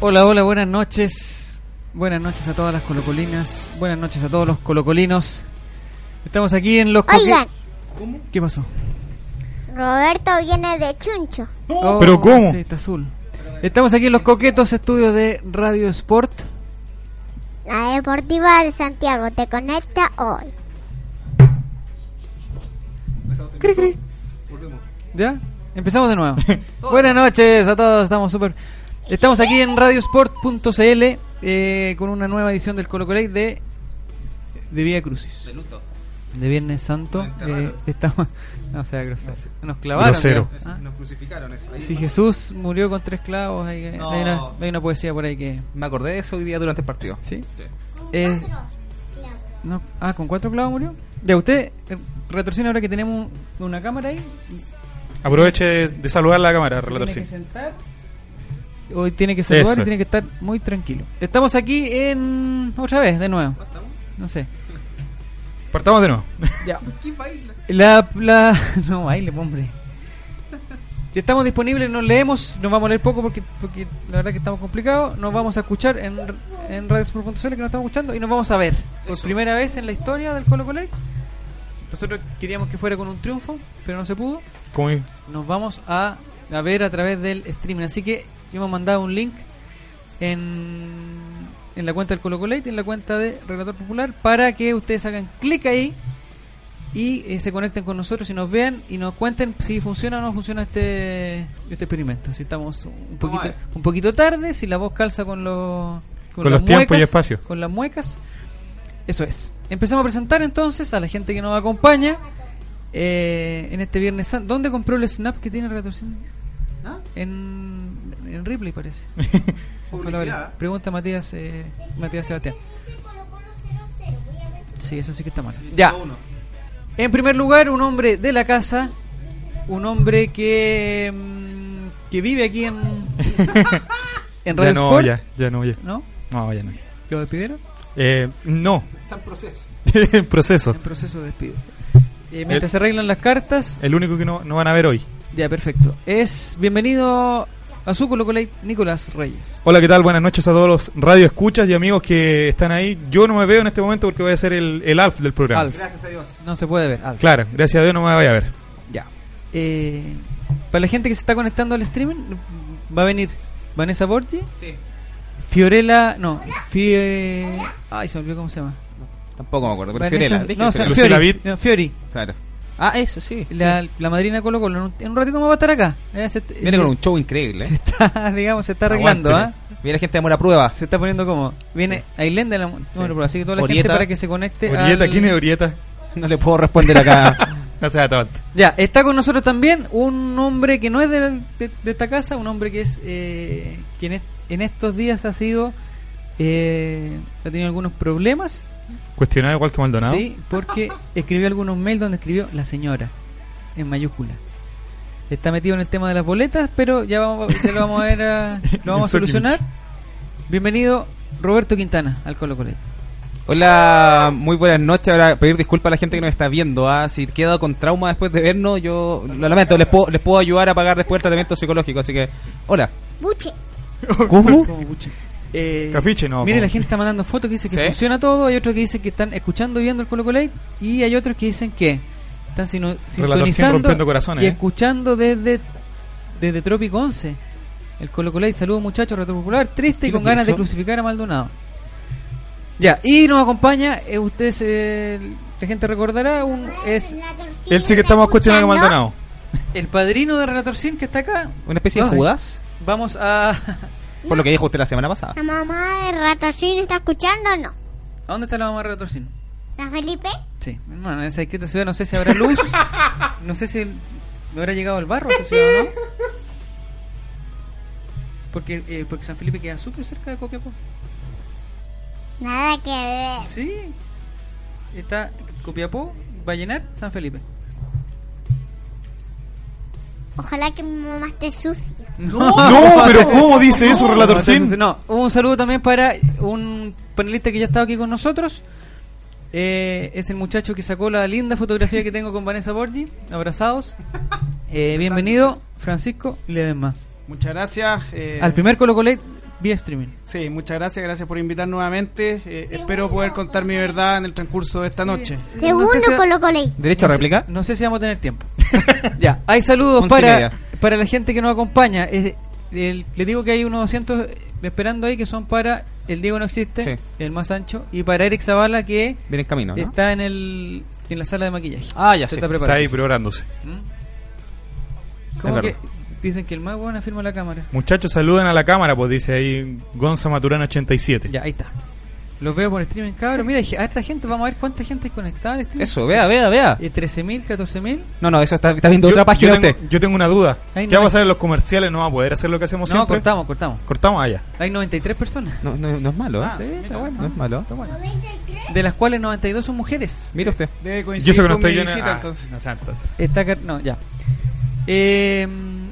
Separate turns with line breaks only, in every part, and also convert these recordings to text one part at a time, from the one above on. Hola, hola, buenas noches. Buenas noches a todas las colocolinas. Buenas noches a todos los colocolinos. Estamos aquí en los... coque-
Oigan,
¿Qué pasó?
Roberto viene de Chuncho.
Oh,
¿Pero cómo?
sí, está azul. Estamos aquí en los coquetos estudios de Radio Sport.
La Deportiva de Santiago te conecta hoy.
¿Ya? Empezamos de nuevo. Buenas noches a todos, estamos súper. Estamos aquí en radiosport.cl eh, con una nueva edición del Colo Colate de, de Vía Crucis. De Viernes Santo. eh, estamos, no sea grosero. Nos clavaron.
Grosero.
ya. Ah,
Nos crucificaron eso. Ahí
Si Jesús murió con tres clavos, hay, hay
No.
una, hay una poesía por ahí que.
Me acordé de eso hoy día durante el partido.
¿Sí? Eh, no, ah, con cuatro clavos murió. Ya, usted eh, retrocina ahora que tenemos un- una cámara ahí.
Aproveche de, de saludar a la cámara, relator.
tiene que
sí.
sentar. Hoy tiene que saludar
Eso
y
es.
tiene que estar muy tranquilo. Estamos aquí en. otra vez, de nuevo. No sé.
Partamos de nuevo.
Ya. La, la. No, baile, hombre. Estamos disponibles, nos leemos, nos vamos a leer poco porque, porque la verdad que estamos complicados. Nos vamos a escuchar en, en radiosport.cl que nos estamos escuchando y nos vamos a ver. Por primera vez en la historia del Colo Colo. Nosotros queríamos que fuera con un triunfo, pero no se pudo.
Como-
nos vamos a, a ver a través del streaming. Así que hemos mandado un link en, en la cuenta del Colo Colate, en la cuenta de Relator Popular, para que ustedes hagan clic ahí y eh, se conecten con nosotros y nos vean y nos cuenten si funciona o no funciona este este experimento. Si estamos un poquito, un poquito tarde, si la voz calza con los
Con
las
los tiempos y espacio.
Con las muecas. Eso es. Empezamos a presentar entonces a la gente que nos acompaña eh, en este viernes. san- ¿Dónde compró el snap que tiene retorsión? En, en Ripley parece.
Publicidad.
Pregunta Matías eh, Matías Sebastián. Sí, eso sí que está mal. Ya. En primer lugar, un hombre de la casa, un hombre que mm, que vive aquí en en Radio
ya no,
Sport,
ya, ya no, ya.
¿no?
No, ya no.
¿Lo despidieron?
Eh, no.
Está en proceso.
En proceso.
En proceso de despido. Eh, mientras se arreglan las cartas,
El único que no, no van a ver hoy.
ya perfecto. Es bienvenido a su colocolate Nicolás Reyes.
Hola, ¿qué tal? Buenas noches a todos los radioescuchas y amigos que están ahí. Yo no me veo en este momento porque voy a ser el, el ALF del programa.
Alf.
Gracias a Dios.
No se puede ver. Alf.
Claro, gracias a Dios no me voy a ver.
Ya. Eh, para la gente que se está conectando al streaming, va a venir Vanessa Borgi,
Sí.
Fiorella, no, Fie... Ay, se me olvidó cómo se llama.
Tampoco me acuerdo. Pero
Vanessa-
Fiorella.
no, o
dije
sea,
Fiorella.
Lucía
Fiori,
Lavid.
no, Fiori,
Claro. Ah, eso sí.
la, la madrina de Colo Colo, en un, en un ratito más va a estar acá. Eh, se-
Viene con un show increíble.
se
¿eh?
está, digamos, se está arreglando, ¿ah?
Aguántele.
Viene gente de Mora Prueba.
Se está poniendo como. Viene Ailenda, la, bueno, pero así que toda la gente
Orieta.
para que se conecte.
Orieta,
al-
¿quién es Orieta?
No le puedo responder acá.
No se da tanto.
Ya, está con nosotros también un hombre que no es de, de- de esta casa, un hombre que es eh, quien es- en estos días ha sido eh, ha tenido algunos problemas,
Cuestionado igual que Maldonado.
sí, porque escribió algunos mails donde escribió la señora en mayúscula. Está metido en el tema de las boletas, pero ya vamos, ya lo vamos a ver, a- lo vamos a
Eso que-
solucionar. Bienvenido Roberto Quintana al Colo Colo.
Hola, muy buenas noches. Ahora pedir disculpas a la gente que nos está viendo. ¿ah? Si queda con trauma después de vernos, yo lo lamento. Les puedo, les puedo ayudar a pagar después el tratamiento psicológico. Así que, hola.
Buche.
¿Cómo?
Como pucha. Eh,
Cafiche, no,
Mire,
como-
la gente está mandando fotos que dice que
¿Sí?
funciona todo. Hay otros que dicen que están escuchando y viendo el Colo Colate. Y hay otros que dicen que están sino- sintonizando
rompiendo corazones,
y
¿eh?
escuchando desde, desde Tropic 11. El Colo Colate. Saludos, muchachos, Retro Popular. Triste y
¿Qué
con
le
ganas de
hizo?
crucificar a Maldonado. Ya, y nos acompaña, eh, usted se- la gente recordará, un, es
Él sí que estamos cuestionando a Maldonado.
el padrino de Relator Sim que está acá.
Una especie de
No,
Judas,
Vamos a...
por lo que dijo usted la semana pasada.
¿La mamá de Ratacín está escuchando o no?
¿A dónde está la mamá de Relator Sim?
¿San Felipe?
Sí, hermano, en esa discreta ciudad no sé si habrá luz, no sé si me habrá llegado el barro a esa ciudad o no. Porque, eh, porque San Felipe queda súper cerca de Copiapó.
Nada que ver.
Sí, está Copiapó, Vallenar, San Felipe.
Ojalá que mi mamá esté sucia.
No, pero ¿cómo dice eso, Relator
no,
Sin?
No, un saludo también para un panelista que ya estaba aquí con nosotros. Eh, es el muchacho que sacó la linda fotografía que tengo con Vanessa Borgi, abrazados. Eh, bienvenido, Francisco Ledesma.
Muchas gracias. eh,
Al primer Colo Colo vía streaming.
Sí, muchas gracias, gracias por invitar nuevamente. eh,
Seguro,
espero poder contar mi verdad en el transcurso de esta noche.
Segundo
sé si-
Colo Colo.
¿Derecho a réplica?
No sé si vamos a tener tiempo. ya, hay saludos
Once y
para,
media.
para la gente que nos acompaña. Es- el- le digo que hay unos 200 esperando ahí que son para el Diego No Existe,
Sí.
el más ancho, y para Eric Zavala que
Viene en camino, ¿no?
está en, el, en la sala de maquillaje.
Ah, ya sé.
Se está
Está
preparando.
ahí preparándose.
¿Mm? ¿Cómo
Es
que
verdad.
dicen que el más bueno afirma la cámara?
Muchachos, saludan a la cámara, pues dice ahí Gonza Maturana 87.
Ya, ahí está. Los veo por streaming, cabrón. Mira, hay- a esta gente, vamos a ver cuánta gente es conectada al streaming.
Eso, vea, vea, vea.
Eh, 13.000, 14.000.
No, no, eso está, está viendo otra página
yo tengo,
usted.
yo tengo una duda. ¿Qué
Ahí no
va a
hay-
pasar en los comerciales? ¿No va a poder hacer lo que hacemos
No,
siempre?
cortamos, cortamos.
Cortamos allá.
Hay 93 personas.
No, no, no es malo, ¿eh?
Sí, está bueno.
No es malo.
De las cuales 92 son mujeres.
Mira usted.
Debe
Y
coincidir
eso que no
con
estoy
mi
yo en-
visita,
ah,
entonces.
exacto.
Está car- no, ya. Eh,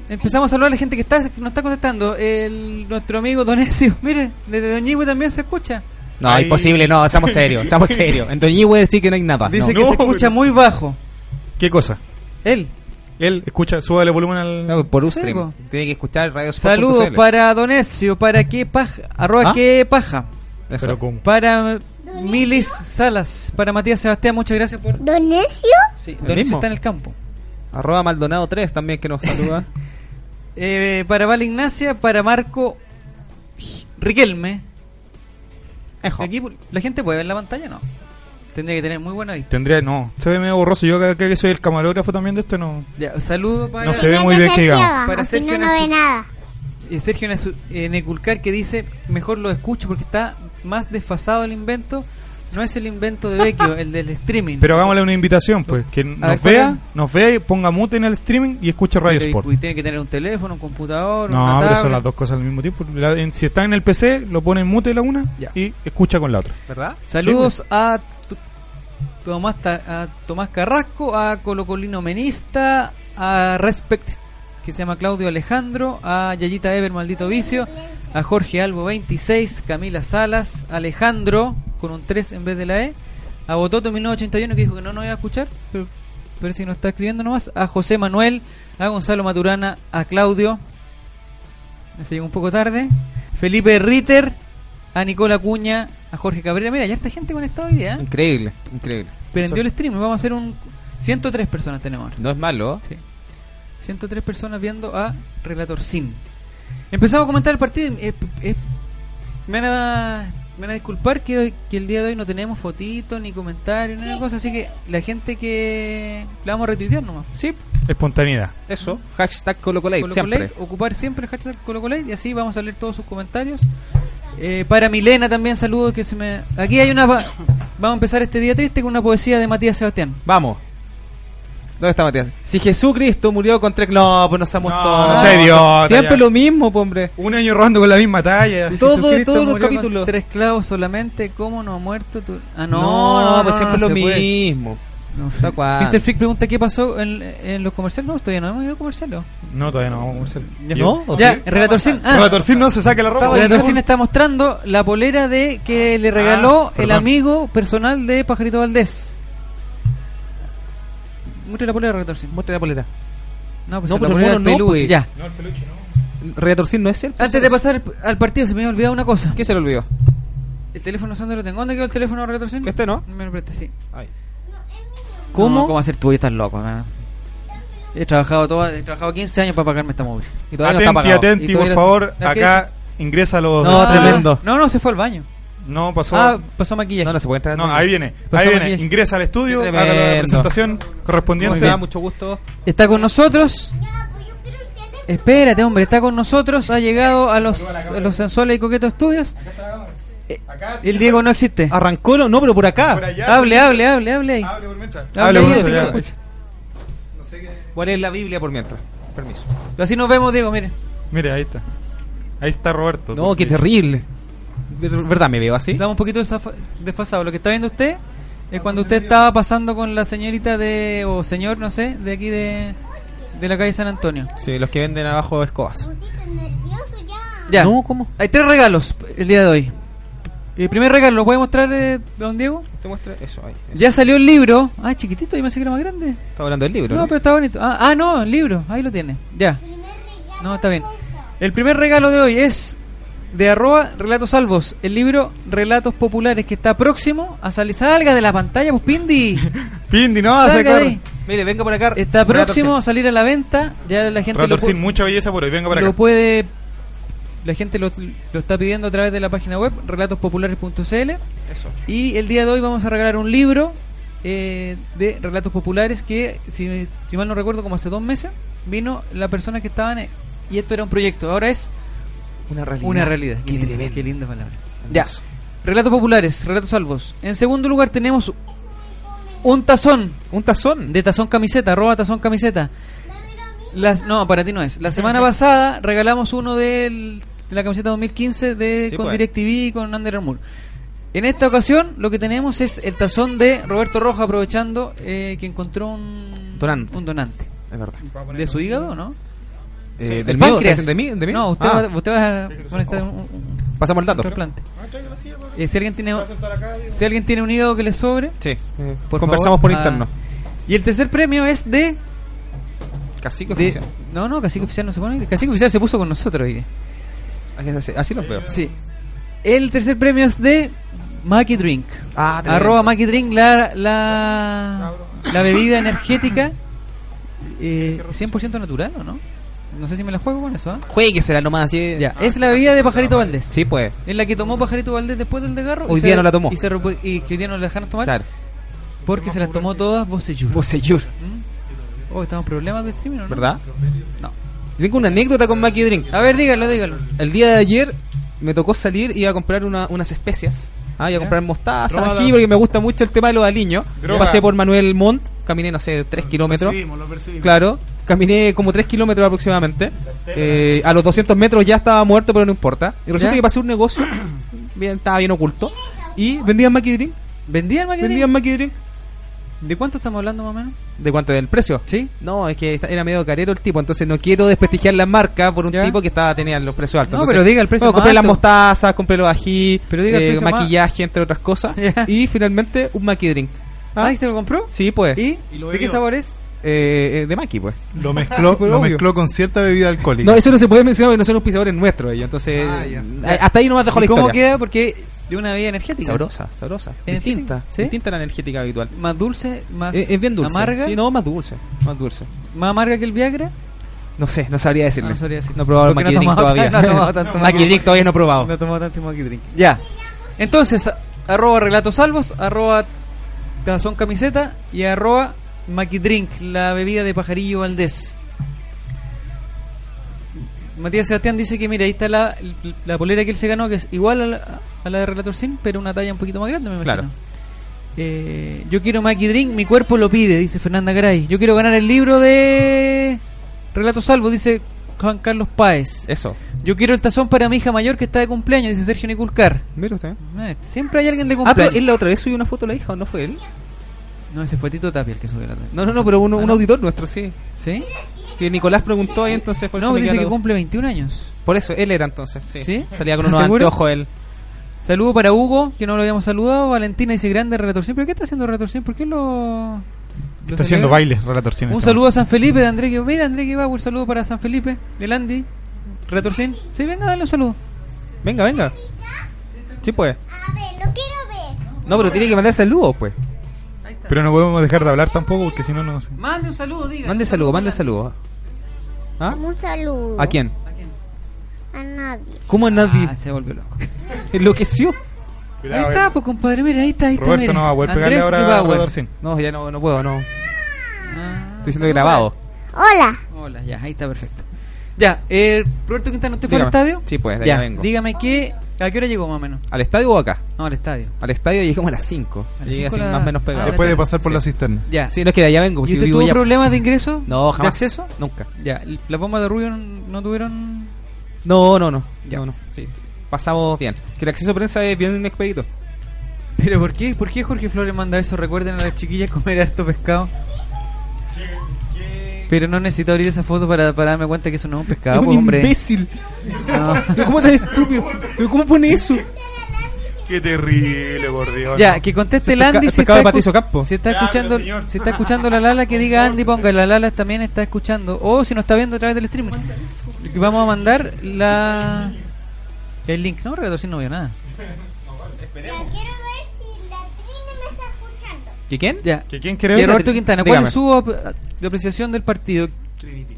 empezamos a saludar a la gente que está que nos está contestando. El, nuestro amigo Donesio, mire, desde Doñigüe también se escucha.
No,
Ahí-
imposible, no, seamos serios, seamos serios. En Doñihue sí que no hay nada. no.
Dice que
No,
se escucha
pero-
muy bajo.
¿Qué cosa?
Él.
Él, escucha, súbale volumen al...
No, por
Sí,
Ustream.
po.
Tiene que escuchar Radio Sport.
Saludos
.cl.
para Donesio, para qué paja, arroba
¿Ah?
qué paja.
Eso.
Pero ¿cómo?
Para Milis Salas, para Matías Sebastián, muchas gracias por...
¿Donesio?
Sí,
¿El
Donesio
mismo?
está en el campo.
Arroba Maldonado 3 también que nos saluda.
Eh, para Val Ignacia, para Marco Riquelme.
Ejo.
Aquí la gente puede ver la pantalla, no. Tendría que tener muy buena vista.
Tendría, no, se ve medio borroso. Yo acá que soy el camarógrafo también de esto, no.
Ya, saludo para
No se ve muy bien que digamos.
Para
Para así
Sergio
no, no ve
Nasu-
nada.
eh, Sergio Nasu- eh, Neculcar que dice, mejor lo escucho porque está más desfasado el invento. No es el invento de Vecchio, el del streaming.
Pero hagámosle una invitación, pues, que nos
ver, ¿cuál
vea,
es?
nos vea y ponga mute en el streaming y escuche Radio
Pero y-
Sport.
Y, tiene que tener un teléfono, un computador,
No,
una
pero son
tablet.
las dos cosas al mismo tiempo. La- en- si está en el PC, lo pone en mute la una
Ya.
y escucha con la otra.
¿Verdad?
Saludos a, Tu- Tomás Ta- a Tomás Carrasco, a Colocolino Menista, a Respect, que se llama Claudio Alejandro, a Yayita Ever, maldito vicio, a Jorge Albo 26, Camila Salas, Alejandro, con un 3 en vez de la E, a Bototo 1981, que dijo que no nos iba a escuchar, pero parece que nos está escribiendo nomás, a José Manuel, a Gonzalo Maturana, a Claudio, se llegó un poco tarde, Felipe Ritter, a Nicola Cuña, a Jorge Cabrera. Mira, ya está gente conectada hoy día. ¿eh?
Increíble, increíble.
Prendió el stream. Vamos a hacer un. 103 personas tenemos ahora.
No es malo.
Sí. 103 personas viendo a Relator Sim. Empezamos a comentar el partido. Eh, eh, me, van a, me van a disculpar que, hoy- que el día de hoy no tenemos fotitos ni comentarios ni ninguna cosa. Así que la gente que. La vamos a retuitear nomás.
Sí,
Espontaneidad.
eso. Hashtag ColoColate,
Colocolate,
siempre.
ocupar siempre el hashtag Colocolate y así vamos a leer todos sus comentarios. Eh, para Milena también saludos que se me... Aquí hay una... pa- Vamos a empezar este día triste con una poesía de Matías Sebastián.
Vamos. ¿Dónde está Matías? Si Jesucristo murió con tres... No, pues no seamos
No,
todos.
no sea idiota,
Siempre
ya.
lo mismo, po, hombre.
Un año rodando con la misma talla.
Todo-
Ah, Jesucristo
todos los
murió con
capítulos.
Tres clavos solamente, ¿cómo no ha muerto tu... Ah, no,
No, no, pues siempre
no
lo
se puede.
mismo.
No.
¿Hasta cuándo?
Mr. Freak pregunta qué pasó en, en los comerciales. No, todavía no hemos ido a comerciales.
No, todavía no vamos a comercial.
¿Ya
Yo-
no? ¿O
Ya,
sí?
Relator Sim. Ah,
Relator Sim, no se saque la ropa. por
Relator
favor.
Sim está mostrando la polera de que le regaló
Ah,
el
perdón.
amigo personal de Pajarito Valdés. Muestra la polera, Relator Sim.
Muestra la polera.
No, pues
No,
se la
pero
ponía
mono
al
no,
peluche,
pues.
ya.
Retorcir no es él.
Antes de pasar al- al partido se me había olvidado una cosa.
¿Qué se le olvidó?
El teléfono Sandro lo tengo. ¿Dónde quedó el teléfono retorsión?
Este no.
Me lo presté, sí.
¿Cómo?
No, ¿Cómo hacer tú? Estás loco, man. He trabajado toda, he trabajado 15 años para pagarme esta móvil.
Y todavía no está
Atenti,
pagado.
atenti,
Y todavía
por
no-
favor.
¿A qué?
Acá ingresa los.
No, tremendo.
No, no, se fue al baño.
No, pasó.
Ah, pasó maquillaje.
No, no se puede entrar.
no, ahí viene.
Pasó
Ahí viene.
maquillaje.
Ingresa al estudio,
Qué
haga la
tremendo.
presentación
Muy
correspondiente.
bien, mucho gusto.
Está con nosotros. Espérate, hombre, está con nosotros. Ha llegado a los, a los sensuales y coquetos estudios. Eh, El Diego no existe.
Arrancó, lo- no, pero por acá.
Por allá.
Hable, hable, hable, hable ahí.
Hable por mientras. Hable
Hable ahí,
por
así que lo
mientras,
escucha.
¿Cuál es la Biblia por mientras? Permiso.
Así nos vemos, Diego, mire.
ya. Mire, ahí está. Ahí está Roberto.
No, qué terrible. De ¿Verdad me veo así?
Estamos un poquito desaf- desfasados. Lo que está viendo usted es cuando usted estaba pasando con la señorita de, o señor, no sé, de aquí de, de la calle San Antonio.
Sí, los que venden abajo escobas.
Pusiste nervioso ya.
Ya.
No, ¿cómo?
Hay tres regalos el día de hoy. El primer regalo, ¿lo puede mostrar, eh, don Diego?
Te muestra eso ahí. eso.
Ya salió el libro. Ah, chiquitito, yo pensé que era más grande.
Estaba hablando del libro.
No,
¿no?
pero está bonito. Ah, ah, no, el libro, ahí lo tiene. Ya. No, está bien. El primer regalo de hoy es de arroba Relatos Salvos, el libro Relatos Populares que está próximo a salir. Salga de la pantalla, pues Pindi.
Pindi, no,
Salga
se
de
corre.
ahí.
Mire, venga por acá.
Está
Relator
próximo a salir a la venta. Ya la gente lo,
Relator sin
pu-
mucha belleza por hoy. Venga para
lo
acá.
puede. La gente lo, lo está pidiendo a través de la página web relatospopulares.cl.
Eso.
Y el día de hoy vamos a regalar un libro eh, de relatos populares que, si, si mal no recuerdo, como hace dos meses, vino la persona que estaban eh, y esto era un proyecto. Ahora es
Una realidad.
una realidad.
Qué
linda,
tremendo.
qué linda palabra. Ya.
Hermoso.
Relatos populares, relatos salvos. En segundo lugar tenemos un tazón
Un tazón.
de tazón camiseta, arroba tazón camiseta. Las, no, para ti no es. La semana pasada regalamos uno del- de la camiseta 2015 de,
Sí,
con
pues.
DirecTV y con Under Armour. En esta ocasión lo que tenemos es el tazón de Roberto Roja aprovechando eh, que encontró un
Donante.
un donante.
Es verdad.
¿De su hígado no?
Eh,
Sí,
¿Del
el
mío?
páncreas.
¿De mí? ¿De mí?
No, usted,
Ah,
va, usted va a molestar un, un-
Pasamos el
un
dato.
trasplante. Eh, si, alguien tiene, si alguien tiene un hígado que le sobre...
Sí. eh,
por
conversamos
favor,
por
ah.
interno.
Y el tercer premio es de
Casi
De- no, no, Cacique Oficial no se pone. Cacique Oficial se puso con nosotros hoy.
Así, así lo veo.
Sí. El tercer premio es de Maki Drink.
Ah, tremendo.
Arroba Maki Drink, la, la, la bebida energética eh, 100% natural, ¿o no? No sé si me la juego con eso. ¿ah?
Jueguesela nomás así.
Ya, es la bebida de Pajarito Valdés.
Sí, pues.
Es la que tomó Pajarito Valdés después del desgarro. y
Hoy
se-
día no la tomó.
Y, se repu- y que hoy día no la dejaron tomar.
Claro.
Porque se las tomó todas vos y yo.
Poseyur.
¿Mm? Oh, estamos en problemas de streaming, ¿o ¿no?
¿Verdad?
No.
Tengo una anécdota con Maki Drink.
A ver, dígalo, dígalo.
El día de ayer me tocó salir y iba a comprar una- unas especias. Ah, iba a
¿Ya?
comprar mostaza,
Droga.
jengibre, que me gusta mucho el tema de los aliños.
Droga. Ah,
Pasé por Manuel Montt, caminé, no sé, 3 kilómetros.
percibimos, lo percibimos.
Claro, caminé como 3 kilómetros aproximadamente. Eh, a los 200 metros ya estaba muerto, pero no importa. Y resulta
¿Ya?
que pasé un negocio, bien, estaba bien oculto. Y vendían Maki Drink.
¿Vendían Maki Drink?
Vendían Maki Drink.
¿De cuánto estamos hablando más o menos?
¿De cuánto? ¿Del precio?
¿Sí?
No, es que esta- era medio carero el tipo, entonces no quiero desprestigiar la marca por un
¿Ya?
tipo que estaba tenía los precios altos.
No,
Entonces,
pero diga el precio
bueno, compré
más
las
alto.
mostazas, compré los ají,
Pero diga el
eh,
precio más-
maquillaje, entre otras cosas.
Ya.
Y finalmente un maqui drink.
Ah, ¿y se lo compró?
Sí, pues.
¿Y?
Y lo
¿De qué
bebió.
sabor es?
Eh, eh, de maqui, pues.
Lo
Ah,
mezcló,
pero
lo
obvio.
mezcló con cierta bebida alcohólica.
No, eso no se puede mencionar porque no son los pisadores nuestros ellos, entonces.
Ah, ya.
eh, Hasta ahí nomás dejó la
¿Y cómo
historia.
queda? Porque de una bebida energética.
Sabrosa, sabrosa.
¿Energética?
Distinta,
¿Sí?
distinta a la energética habitual.
Más dulce, más
Eh, es bien dulce.
amarga.
Sí, no, más dulce. Más dulce.
Más amarga que el Viagra.
No sé, no sabría decirle.
No sabría decirle.
No he probado el
Porque
maqui
no he
drink
tomado-
todavía.
no he tomado tanto
Maqui
maqui.
drink todavía no he probado.
No tomó tanto Maki Drink. Ya. Entonces, a- arroba relatos salvos, arroba tazón camiseta y arroba Maki Drink, la bebida de pajarillo Valdés. Matías Sebastián dice que mira, ahí está la, la polera que él se ganó, que es igual a la, a la de Relator Sin, pero una talla un poquito más grande, me imagino.
Claro.
Eh, yo quiero Maki Drink, mi cuerpo lo pide, dice Fernanda Gray. Yo quiero ganar el libro de Relatos Salvos, dice Juan Carlos Páez.
Eso.
Yo quiero el tazón para mi hija mayor que está de cumpleaños, dice Sergio Niculcar.
Mira usted.
Eh, Siempre hay alguien de
Ah, pero
cumpleaños.
él la otra vez subió una foto a la hija, ¿o no fue él?
No, ese fue Tito Tapia el que subió la tele.
No, no, no, pero uno,
Ah,
un
no.
auditor nuestro, sí.
¿Sí?
Que Nicolás preguntó ahí entonces por eso
No,
me
dice
queda
que
la-
cumple 21 años.
Por eso, él era entonces, sí.
¿Sí?
Salía con
¿Estás
unos
seguro?
anteojos él.
Saludo para Hugo, que no lo habíamos saludado. Valentina dice grande retorsión. ¿Pero qué está haciendo retorsión? ¿Por qué lo.? lo
Está
celebra?
haciendo bailes, relator sin
Un
esto.
saludo a San Felipe de André que Mira, André que va, un saludo para San Felipe, del Andy. Retorsión. Sí, venga, dale un saludo.
Venga, venga. Sí, pues.
A ver, lo quiero ver.
No, pero tiene que mandar saludos, pues.
Pero no podemos dejar de hablar tampoco porque si no, no. sé.
Mande un saludo, diga.
Mande saludos, mande saludos. ¿Ah?
Un saludo.
¿A quién?
A nadie.
¿Cómo a nadie?
Ah, se volvió loco.
Enloqueció.
Cuidado,
ahí está,
eh.
pues compadre, mira, ahí está, ahí está.
Roberto
mira. Ah.
no va a poder pegarle
Andrés
ahora
de
a
Bauer.
Radorcín.
No, ya no, no puedo, no. Estoy
Ah,
siendo grabado.
Hola.
Hola, ya, ahí está perfecto. Ya, eh, Roberto Quintana, ¿usted fue al
Dígame.
estadio?
Sí, pues, de
ya,
allá vengo.
Dígame que, a qué hora llegó más o menos.
¿Al estadio o acá?
No, al estadio.
Al estadio llegué como a las 5.
A las
Llegué así,
cinco la-
más o menos
Ah,
pegado.
Después
Después de pasar por
Sí.
la cisterna.
Ya.
Sí, no es que de allá vengo. pues,
¿Y
si
usted
vivo
tuvo
ya-
problemas de ingreso?
No, jamás.
¿De acceso?
Nunca.
Ya, ¿las bombas de Rubio no tuvieron...?
No, no, no.
Ya.
No, no. Sí, pasamos bien. Que el acceso a prensa es bien expedito.
¿Pero por qué? ¿Por qué Jorge Flores manda eso? Recuerden a las chiquillas comer harto pescado. Pero no necesito abrir esa foto para, para darme cuenta que eso no es un pescado,
Es
pues, hombre.
imbécil.
No.
Pero ¿Cómo tan estúpido? Pero ¿Cómo pone eso?
Qué terrible, por Dios.
Ya, que conteste
Se
el Andy
pesca-
si
pescado
está,
de Patricio Campo.
si está
Ya,
escuchando,
pero señor.
si está escuchando la Lala que diga Andy, ponga la Lala también está escuchando o si nos está viendo a través del streamer. Que Vamos a mandar la el link, no, Reto, si no veo nada.
Quiero ver si la Trini me está escuchando.
¿Y quién?
Ya.
¿Que ¿Quién
Y
cree?
Roberto Quintana, ¿cuál
Dígame.
es su op- de apreciación del partido?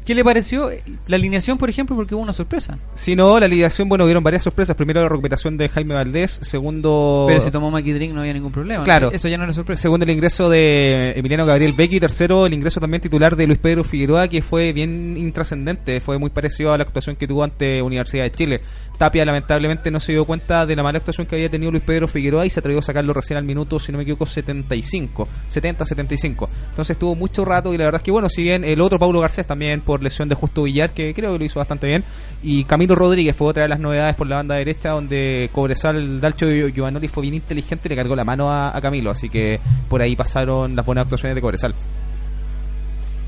¿Qué le pareció la alineación, por ejemplo, porque hubo una sorpresa?
Si no, la ligación, bueno, hubieron varias sorpresas. Primero la recuperación de Jaime Valdés. Segundo.
Pero si tomó Maki Drink no había ningún problema.
Claro.
Eso ya no era sorpresa.
Segundo, el ingreso de Emiliano Gabriel Becky. Tercero, el ingreso también titular de Luis Pedro Figueroa, que fue bien intrascendente. Fue muy parecido a la actuación que tuvo ante Universidad de Chile. Tapia, lamentablemente, no se dio cuenta de la mala actuación que había tenido Luis Pedro Figueroa y se atrevió a sacarlo recién al minuto, si no me equivoco, 75. 70, 75. Entonces estuvo mucho rato y la verdad es que, bueno, si bien el otro Pablo Garcés también por lesión de Justo Villar, que creo que lo hizo bastante bien. Y Camilo Rodríguez fue otra de las novedades por la banda derecha, donde Cobresal, Dalcho y Giovanoli fue bien inteligente y le cargó la mano a, a Camilo. Así que por ahí pasaron las buenas actuaciones de Cobresal.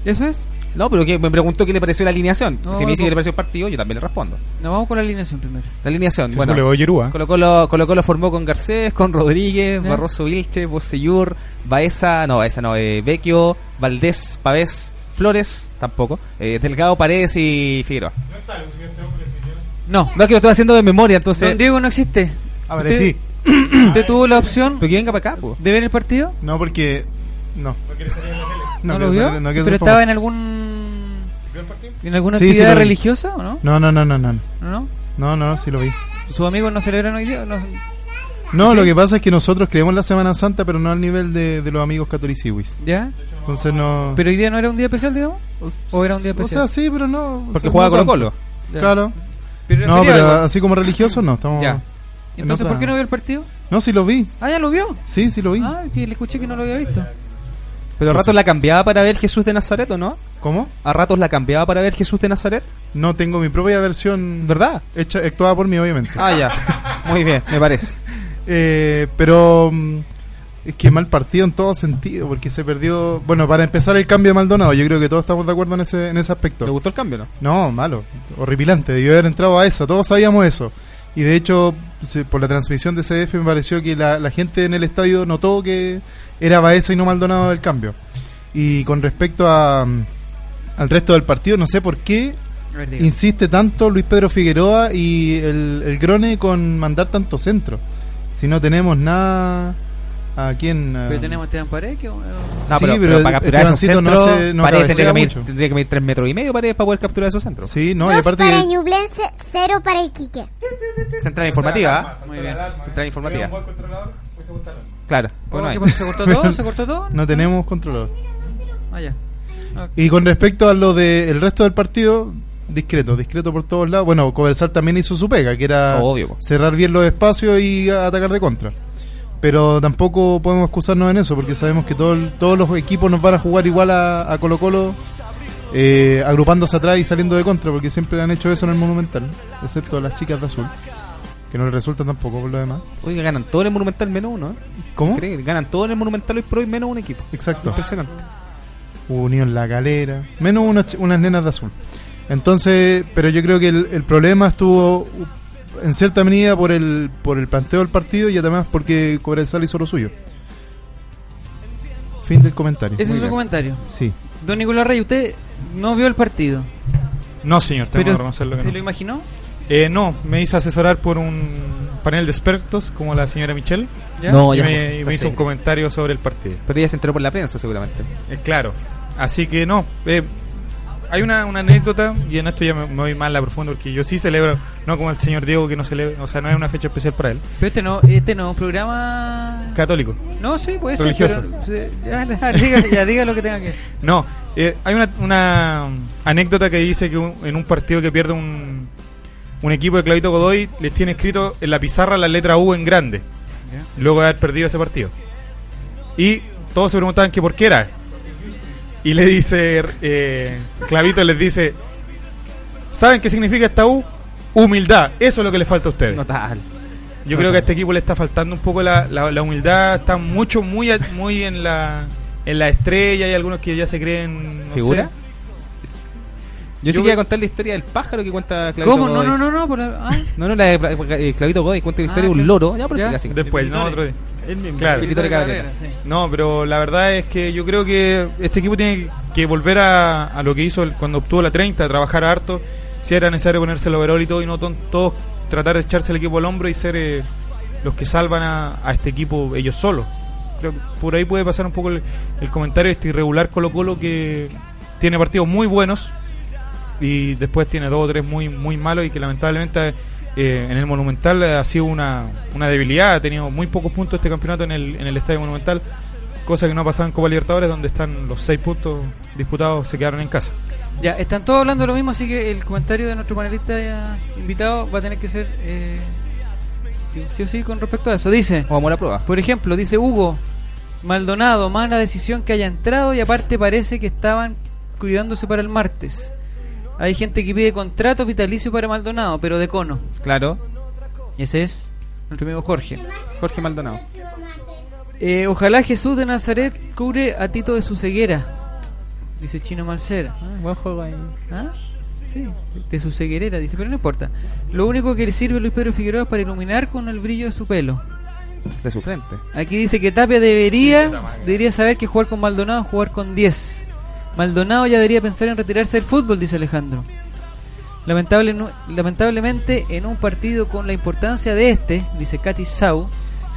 ¿Eso es?
No, pero que me preguntó qué le pareció la alineación.
No,
si me
bueno,
dice
pues-
que le pareció el partido, yo también le respondo.
Nos vamos con la alineación primero.
La alineación,
Se
bueno.
suele Boyerúa.
Colo Colo, Colo Colo formó con Garcés, con Rodríguez,
Ya.
Barroso Vilche, Bosellur, Baeza, no, Baeza no, eh, Vecchio, Valdés, Pavés, Flores, tampoco, eh, Delgado, Paredes y Figueroa.
No.
No, es que lo estoy haciendo de memoria, entonces...
Don Diego no existe.
Ah,
A ver,
Usted-
sí.
¿Usted tuvo la opción
Pero que venga para acá, po.
de ver el partido?
No, porque. No. No
¿No,
quiero
lo vio?
salir- no quiero
¿Pero
ser
estaba
famoso.
en algún... ¿En alguna
Sí, sí
actividad
lo vi.
religiosa o no?
No, no, no, no, no.
¿No? no? Ah,
No, no, sí lo vi.
¿Sus amigos no celebran hoy día? No-
No, lo que pasa es que nosotros creemos en la Semana Santa, pero no al nivel de, de los amigos catoliciwis.
¿Ya?
Entonces no.
¿Pero hoy día no era un día especial, digamos? ¿O era un día especial?
O sea, sí, pero no. o
Porque
sea,
juega
no
Colo
tanto.
Colo.
Ya.
Claro.
Pero
No,
sería
pero
algo.
así como religiosos no, estamos.
Ya. Entonces,
otra-
¿por qué no vio el partido?
No, sí lo vi.
Ah, ¿ya lo vio?
Sí, sí lo vi. Ah.
Ah, que le escuché que no lo había visto.
Pero a
Sí,
ratos
sí.
la cambiaba para ver Jesús de Nazaret, ¿o no?
¿Cómo?
A ratos la cambiaba para ver Jesús de Nazaret,
No tengo mi propia versión.
¿verdad?
Hecha, actuada por mí, obviamente.
Ah, ya. Muy bien, me parece.
Eh, pero mm, es que mal partido en todo sentido, porque se perdió. Bueno, para empezar el cambio de Maldonado, yo creo que todos estamos de acuerdo en ese, en ese
¿Te
aspecto.
gustó el cambio, no?
No, malo, horripilante, debió haber entrado a esa, todos sabíamos eso. Y de hecho, se- por la transmisión de CDF me pareció que la, la gente en el estadio notó que era Baeza y no Maldonado el cambio. Y con respecto a, mm, al resto del partido, no sé por qué
A ver, diga.
insiste tanto Luis Pedro Figueroa y el, el Grone con mandar tanto centro. Si no tenemos nada a quién. a-
Pero tenemos a Esteban Paredes que...
No,
Sí,
pero,
pero
pero para
el-
capturar
el
esos
Juancito
centros,
no hace- no
Paredes tendría que,
cabecea
medir,
mucho.
tendría que medir tres metros y medio Paredes para poder capturar esos centros.
Sí, no, y
Dos
aparte
para
que-
Ñublense, cero para Iquique.
Central informativa, ¿ah?
Muy bien.
Central informativa. Claro, pues no
Oh,
hay.
¿Qué pasó? ¿Se cortó todo? ¿Se cortó todo?
no tenemos controlador.
Ah, ya. Ah,
Y con respecto a lo del resto del partido, discreto, discreto por todos lados. Bueno, Coversal también hizo su pega, que era
Obvio, po.
cerrar bien los espacios y a- atacar de contra. Pero tampoco podemos excusarnos en eso, porque sabemos que todo el- todos los equipos nos van a jugar igual a, a Colo Colo, eh, agrupándose atrás y saliendo de contra, porque siempre han hecho eso en el Monumental, excepto las chicas de azul, que no les resulta tampoco por lo demás.
Oiga, ganan todo en el Monumental menos uno, ¿eh?
¿Cómo?
¿Cree? Ganan todo en el Monumental hoy por hoy menos un equipo.
Exacto.
Impresionante.
Unión La Calera, menos unos ch- unas nenas de azul. Entonces, pero yo creo que el, el problema estuvo uh, en cierta medida por el por el planteo del partido y además porque Cobresal hizo lo suyo. Fin del comentario.
Ese es su
bien.
comentario.
Sí.
Don Nicolás Rey, usted no vio el partido,
No, señor, tengo que
pero ¿se
reconocerlo. que
lo
no.
imaginó?
Eh, no, me hice asesorar por un panel de expertos como la señora Michelle.
¿Ya?
No,
y
ya.
me, y
o sea,
me
sí.
hizo un comentario sobre el partido.
Pero ella se enteró por la prensa, seguramente.
Eh, claro. Así que no. eh, hay una, una anécdota, y en esto ya me, me voy más a la profunda, porque yo sí celebro, no como el señor Diego que no celebra, o sea, no es una fecha especial para él.
Pero este no, este no, es un programa...
Católico.
No, sí, puede ser.
Religioso.
pero- sí, ya, ya, diga, ya diga lo que tenga que decir.
No, eh, hay una, una anécdota que dice que un- en un partido que pierde un, un equipo de Clavito Godoy, les tiene escrito en la pizarra la letra U en grande, luego de haber perdido ese partido. Y todos se preguntaban que por qué era. Y le dice, eh, Clavito les dice, ¿saben qué significa esta U? Humildad, eso es lo que les falta a ustedes.
Notable.
Yo creo que a este equipo le está faltando un poco la, la- la humildad, está mucho, muy, a- muy en la en la estrella, hay algunos que ya se creen... no
¿Figura?
sé.
Yo sí
Yo-
quería contar la historia del pájaro que cuenta Clavito
¿Cómo? No,
Godoy.
no, no, no. por la- ah,
No, no, la de Pra- eh, Clavito Godoy cuenta la historia
Ah,
de un
claro.
loro. Ya, pero
Ya.
sí, así que-
Después, no, otro día. Claro.
Vittorio Cabrera.
sí.
No, pero la verdad es que yo creo que este equipo tiene que volver a, a lo que hizo el- cuando obtuvo la 30, a trabajar harto. Si era necesario ponerse el overall y todo, y no ton- todos tratar de echarse el equipo al hombro y ser eh, los que salvan a, a este equipo ellos solos. Creo que por ahí puede pasar un poco el, el comentario de este irregular Colo-Colo que tiene partidos muy buenos y después tiene dos o tres muy, muy malos y que lamentablemente eh, en el Monumental ha sido una, una debilidad. Ha tenido muy pocos puntos este campeonato en el, en el Estadio Monumental cosa que no ha pasado en Copa Libertadores, donde están los seis puntos disputados, se quedaron en casa.
ya, están todos hablando de lo mismo, así que el comentario de nuestro panelista ya invitado va a tener que ser eh, sí- sí o sí con respecto a eso. Dice...
O vamos a la prueba.
Por ejemplo, dice Hugo Maldonado, mala decisión que haya entrado y aparte parece que estaban cuidándose para el martes. Hay gente que pide contrato vitalicio para Maldonado, pero de cono.
Claro,
Y ese es nuestro amigo Jorge.
Jorge Maldonado.
Eh, ojalá Jesús de Nazaret cubre a Tito de su ceguera. Dice Chino Marcera. Ah, buen juego ahí. ¿Ah? Sí, de su ceguera, dice, pero no importa. Lo único que le sirve a Luis Pedro Figueroa es para iluminar con el brillo de su pelo.
De su frente.
Aquí dice que Tapia debería, debería saber que jugar con Maldonado es jugar con 10. Maldonado ya debería pensar en retirarse del fútbol, dice Alejandro. Lamentable, no- lamentablemente, en un partido con la importancia de este, dice Katy Sau,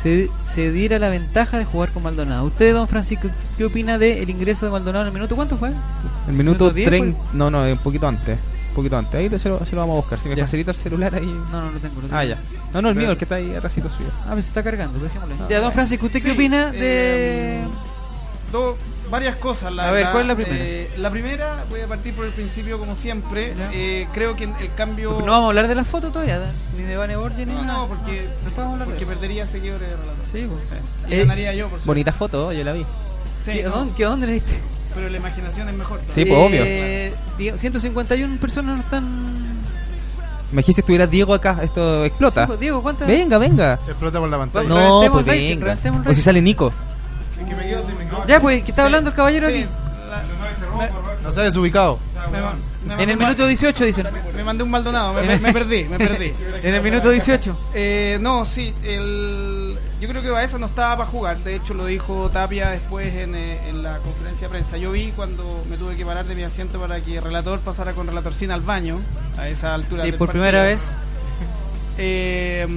se, se diera la ventaja de jugar con Maldonado. ¿Usted, don Francisco, qué opina del ingreso de Maldonado en el minuto? ¿Cuánto fue?
El minuto
¿Minuto diez,
30. No, no, un poquito antes. Un poquito antes. Ahí se lo, se lo vamos a buscar. Si me
Ya.
facilita el celular ahí.
No, no lo tengo. lo tengo.
Ah, ya. No, no, el mío, el que está ahí atrásito suyo.
Ah, pero se está cargando, pero dejémoslo ahí.
Ah,
ya, don
bueno.
Francisco, ¿usted qué
Sí,
opina
eh,
de...?
Dos, varias cosas. La
A ver,
verdad.
¿cuál es la primera?
Eh, la primera, voy a partir por el principio, como siempre.
Ya.
Eh, creo que el
No
cambio.
vamos a hablar de la foto todavía, ni de Vane Borges, ni
no,
nada.
no, porque,
No podemos hablar de
porque
eso.
perdería seguidores de relator.
Sí, pues.
Y
Eh,
ganaría yo, por supuesto.
Bonita foto, yo la vi.
Sí,
¿Qué,
¿no?
dónde, qué dónde le diste?
Pero la imaginación es mejor. todavía.
Sí, pues, obvio.
Eh, digo, 151 personas no están.
Me dijiste si estuviera Diego acá, esto
Sí,
explota.
pues, Diego, ¿cuántas?
Venga, venga.
Explota por la pantalla.
Vamos.
No,
Reventemos
pues
el rating,
venga.
reventemos el
O si
rating.
sale Nico.
Que me quedo sin micrófono.
Ya, pues, que está hablando el caballero
Sí,
aquí.
la-
No se ha desubicado.
me ma- me
En
mandé
el
un mal-
minuto 18, dicen.
Me mandé un Maldonado, me, me perdí, me perdí.
en el minuto 18.
Eh, no, sí, el, yo creo que Baeza no estaba para jugar. De hecho, lo dijo Tapia después en, eh, en la conferencia de prensa. Yo vi cuando me tuve que parar de mi asiento para que el relator pasara con relatorcina al baño a esa altura.
Y
del
por
partido.
primera vez.
Eh,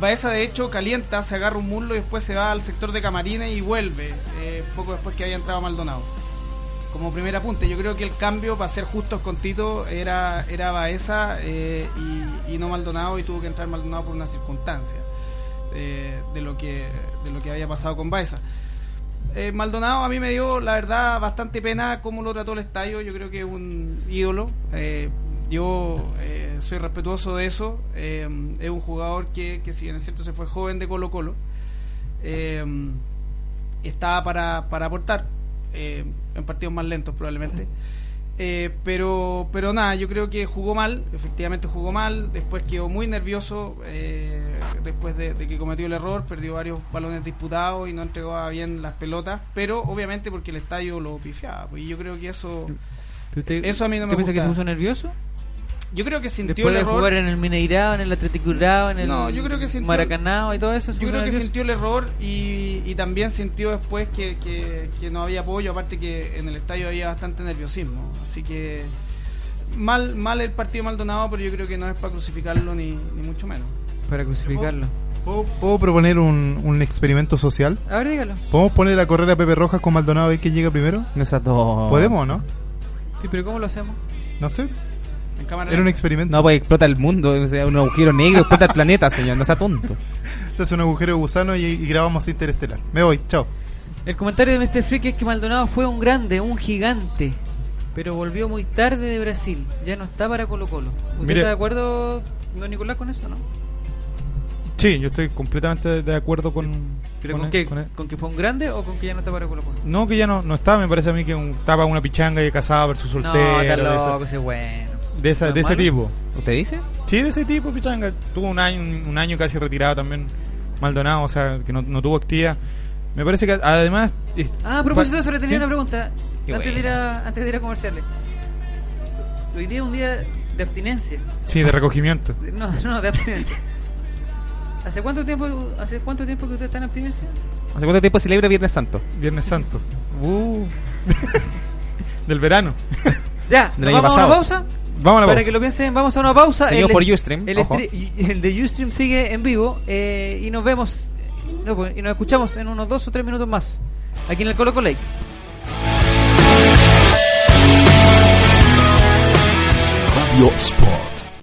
Baeza, de hecho, calienta, se agarra un muslo y después se va al sector de camarines y vuelve, eh, poco después que había entrado Maldonado. Como primer apunte, yo creo que el cambio, para ser justos con Tito, era, era Baeza eh, y, y no Maldonado, y tuvo que entrar Maldonado por una circunstancia eh, de, lo que, de lo que había pasado con Baeza. Eh, Maldonado a mí me dio, la verdad, bastante pena cómo lo trató el estadio. Yo creo que es un ídolo. Eh, yo eh, soy respetuoso de eso. Eh, es un jugador que, que, si bien es cierto, se fue joven de Colo Colo. Eh, estaba para, para aportar eh, en partidos más lentos probablemente. Eh, pero, pero nada, yo creo que jugó mal, efectivamente jugó mal, después quedó muy nervioso, eh, después de, de que cometió el error, perdió varios balones disputados y no entregaba bien las pelotas, pero obviamente porque el estadio lo pifiaba, pues, y yo creo que eso,
¿Usted,
Eso a mí no me
¿usted
gusta.
piensa que se puso nervioso?
yo creo que sintió
Después
el
de
error.
jugar en el Mineirao, en el Atleticurao, en el
No, yo creo que sintió-
Maracanao y todo eso. ¿se
Yo
puso
creo que
nervioso?
sintió el error y, y también sintió después que, que- que no había apoyo, aparte que en el estadio había bastante nerviosismo. Así que mal mal el partido de Maldonado, pero yo creo que no es para crucificarlo ni, ni mucho menos.
Para crucificarlo.
¿Puedo, puedo proponer un, un experimento social?
A ver, dígalo.
¿Podemos poner a correr a Pepe Rojas con Maldonado a ver quién llega primero?
No esas dos.
¿Podemos o no?
Sí, pero ¿cómo lo hacemos?
No sé,
En cámara
era un
lenta.
experimento.
No, pues explota el mundo, o sea, un agujero negro, explota el planeta, señor, no sea tonto.
Se hace un agujero de gusano y, y grabamos Interestelar. Me voy, chao.
El comentario de Mr. Freak es que Maldonado fue un grande, un gigante, pero volvió muy tarde de Brasil. Ya no está para Colo Colo. ¿Usted
Mire.
está de acuerdo, don Nicolás, con eso, no?
Sí, yo estoy completamente de acuerdo con.
¿Pero
con
con,
e-
qué?
con e-
¿Con que fue un grande o con que ya no está para Colo Colo?
No, que ya no, no está, me parece a mí que un, tapa una pichanga y casada versus
No,
soltero.
está
de esa-
loco, ese es bueno.
de esa-
¿No
de
es
ese
malo?
tipo.
¿Usted dice?
Sí, de ese tipo, pichanga. Tuvo un año, un año casi retirado también, Maldonado, o sea, que no, no tuvo actividad. Me parece que además. es-
Ah, a propósito de eso, le tenía
Sí.
una pregunta.
Qué
Antes de, ir a, antes de ir a comerciales. Hoy día es un día de abstinencia.
Sí, de recogimiento.
De- No, no, de abstinencia. ¿Hace cuánto tiempo, hace cuánto tiempo que usted está en abstinencia?
¿Hace cuánto tiempo celebra Viernes Santo?
Viernes Santo. Uh. Del verano.
Ya,
Del año
¿nos vamos a una
pasado.
pausa.
Vamos a la
Para
pausa.
que lo piensen, vamos a una pausa.
Seguimos
El
por
est-
Ustream,
El,
ojo.
estre- el de Ustream sigue en vivo eh, y nos vemos no, pues, y nos escuchamos en unos dos o tres minutos más aquí en el Coloco Lake.
Radio Sport,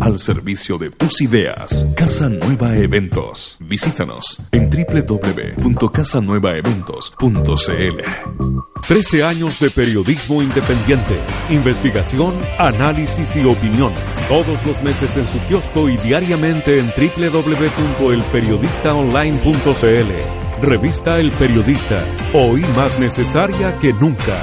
al servicio de tus ideas. Casa Nueva Eventos. Visítanos en www.casanuevaeventos.cl.
13 años de periodismo independiente, investigación, análisis y opinión. Todos los meses en su kiosco y diariamente en www.elperiodistaonline.cl. Revista El Periodista, hoy más necesaria que nunca.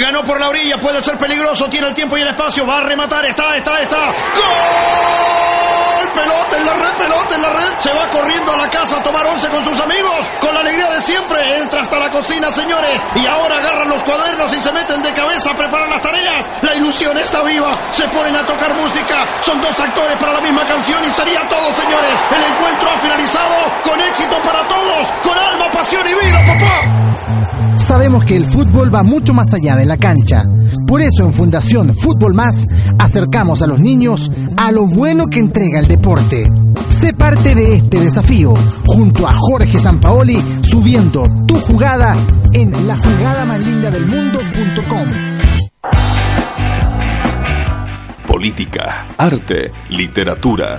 Ganó por la orilla, puede ser peligroso, tiene el tiempo y el espacio, va a rematar, está, está, está. ¡Gol! Pelota en la red, pelota en la red. Se va corriendo a la casa a tomar once con sus amigos. Con la alegría de siempre, entra hasta la cocina, señores. Y ahora agarran los cuadernos y se meten de cabeza a preparar las tareas. La ilusión está viva, se ponen a tocar música. Son dos actores para la misma canción y sería todo, señores. El encuentro ha finalizado con éxito para todos, con alma, pasión y vida, papá.
Sabemos que el fútbol va mucho más allá de la cancha. Por eso en Fundación Fútbol Más acercamos a los niños a lo bueno que entrega el deporte. Sé parte de este desafío junto a Jorge Sampaoli subiendo tu jugada en la jugada más linda del
Política, arte, literatura,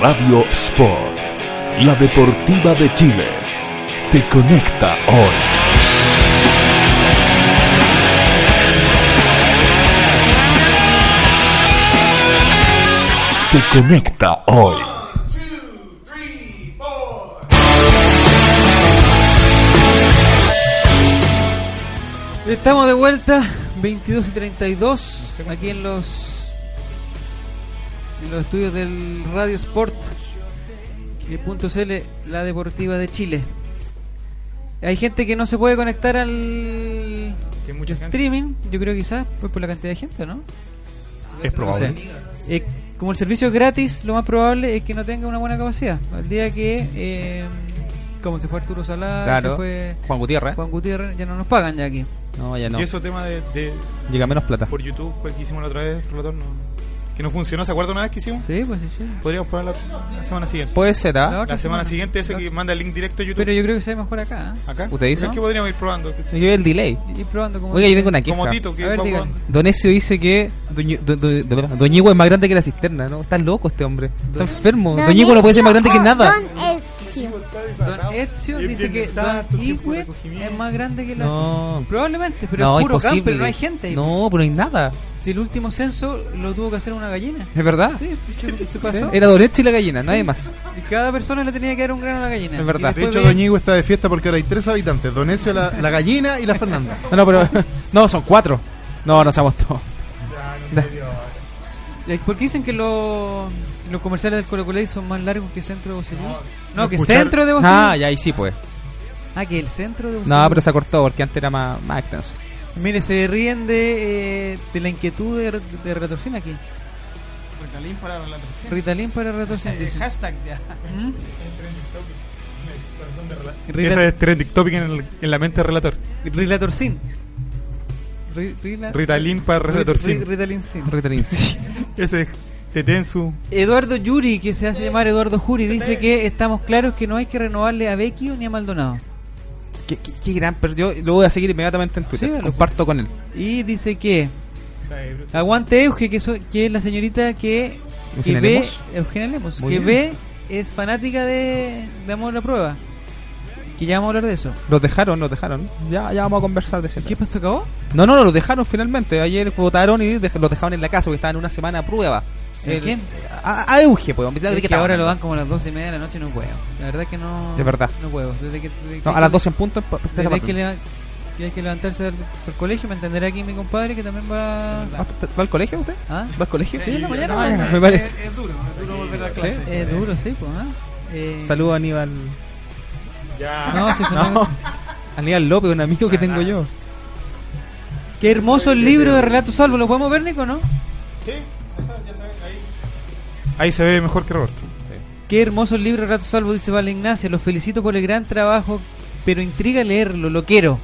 Radio Sport, la deportiva de Chile. Te conecta hoy. Te conecta hoy.
Estamos de vuelta, 22 y 32, aquí en los en los estudios del Radio Sport eh, punto CL, la deportiva de Chile. Hay gente que no se puede conectar al
Que mucha gente.
streaming, yo creo quizás pues por la cantidad de gente, ¿no?
Es probable.
No sé. Eh, como el servicio es gratis, lo más probable es que no tenga una buena capacidad. Al día que, eh, como se fue Arturo Salá,
Claro.
se fue
Juan Gutiérrez.
Juan Gutiérrez, ya no nos pagan ya aquí.
No, ya no.
Y eso tema de, de-
Llega menos plata.
Por YouTube, cual que hicimos la otra vez, relator, no- que no funcionó, ¿se acuerda una vez que hicimos?
Sí, pues sí.
Podríamos probarla la semana siguiente.
Puede ser, ¿ah?
La,
La
semana
otra semana.
siguiente, ese que manda el link directo a YouTube.
Pero yo creo que se ve mejor acá. ¿eh?
¿Acá?
¿Usted dice?
Creo que podríamos ir probando.
Se lleva el delay.
Y probando como
Oiga, yo tengo una queja.
Como Tito, que
A ver,
va
diga.
probando.
Donesio dice que Doñi- Do- Do- Do- Doñigo es más grande que la cisterna, ¿no? Está loco este hombre. Está enfermo.
Don
Doñigo no puede ser más grande que
Ezio,
nada.
Don Ezio.
Don Ezio dice que Don Iwet es más grande que la.
No.
Probablemente, pero es puro campo, no hay gente. ahí.
No, pero no hay nada.
Si el último censo lo tuvo que hacer una gallina.
¿Es verdad?
Sí, se- se pasó.
Era Donesio y la gallina, nadie más.
Y cada persona le tenía que dar un grano a la gallina.
Es verdad.
Y
De
después
hecho,
veía-
Doñigo está de fiesta porque ahora hay tres habitantes: Don Ezio, la, la gallina y la Fernanda.
No, no, pero. No, son cuatro. No, no seamos todos.
Eh, ¿Por qué dicen que los los comerciales del Colo Colo son más largos que Centro de Bocellón? No, que
Escuchar-
Centro de Bocellón.
Ah, ya ahí sí, pues.
Ah, que el Centro de Bocellón.
No, pero se acortó porque antes era más, más extenso.
Mire, se ríen de, eh, de la inquietud de, de Retorcina aquí.
Recalín para la tercera.
Ritalin para Retorcina.
Eh,
dice.
hashtag ya.
¿Mm? Rila-
Ese es trending topic en, el- en la mente del relator.
Rilatorcin. Ri- Rila-
Ritalin para
Ri-
Relatorcin.
Ri- Ritalin sin.
Ritalin, sí.
Ese es Tetensu.
Eduardo Yuri, que se hace llamar Eduardo Juri, dice que estamos claros que no hay que renovarle a Vecchio ni a Maldonado.
Qué, qué- qué gran. Pero yo lo voy a seguir inmediatamente en Twitter.
Sí, lo-
Comparto con él.
Y dice que aguante Euge, que, eso- que es la señorita que, que
Eugenia
ve,
Lemos.
Eugenia Lemos,
Muy
que
bien.
ve, es fanática de, de Amor a la Prueba. Que ya vamos a hablar de eso.
Los dejaron, los dejaron. Ya, ya vamos a conversar de ese
¿Qué
tema.
pasó, acabó?
No, no, no, los dejaron finalmente. Ayer votaron y dej- los dejaron en la casa porque estaban una semana a prueba.
¿A quién?
A, a Euge, pues. ¿De
Es
qué
que
estaba
ahora lo dan
hablando?
como a las 12 y media de la noche, no puedo. La verdad que no.
De verdad.
No puedo. Desde que, desde
No,
que-
a las 12 en punto. pues, pa- pa-
desde
pa-
que, leva- que hay que levantarse del, del colegio. Me entenderá aquí mi compadre que también va.
¿Va, Ah, va al colegio usted?
¿Ah?
¿Va al colegio?
Sí, en la mañana.
Ah,
mañana.
me parece.
Es, es duro, es duro volver a la clase.
Es duro, sí, pues. ¿ah? Eh,
Saludo a Aníbal.
No, sí, eso no
Ah, No. Aníbal López, un amigo que tengo yo.
Qué hermoso el libro de relatos salvo. ¿Lo podemos ver, Nico, no?
Ahí se ve mejor que Roberto.
Qué hermoso el libro de relatos salvo, dice Vale Ignacia. Los felicito por el gran trabajo, pero intriga leerlo, lo quiero.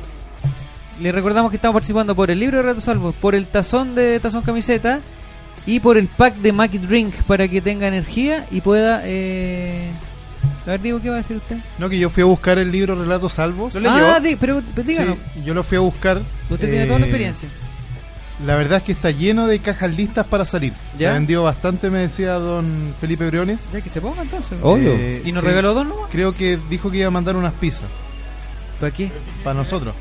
Le recordamos que estamos participando por el libro de relatos salvo, por el tazón de tazón camiseta y por el pack de Mac Drink para que tenga energía y pueda. Eh... A ver, digo, ¿qué va a decir usted?
No, que yo fui a buscar el libro Relatos Salvos.
ah, di- pero, pero
Sí,
díganos.
yo lo fui a buscar.
Usted tiene toda
eh,
la experiencia.
La verdad es que está lleno de cajas listas para salir.
¿Ya?
Se vendió bastante, me decía don Felipe Briones.
Ya que se ponga entonces.
Obvio.
Eh,
y nos
sí.
regaló dos nomás.
Creo que dijo que iba a mandar unas pizzas
¿Para qué?
para nosotros.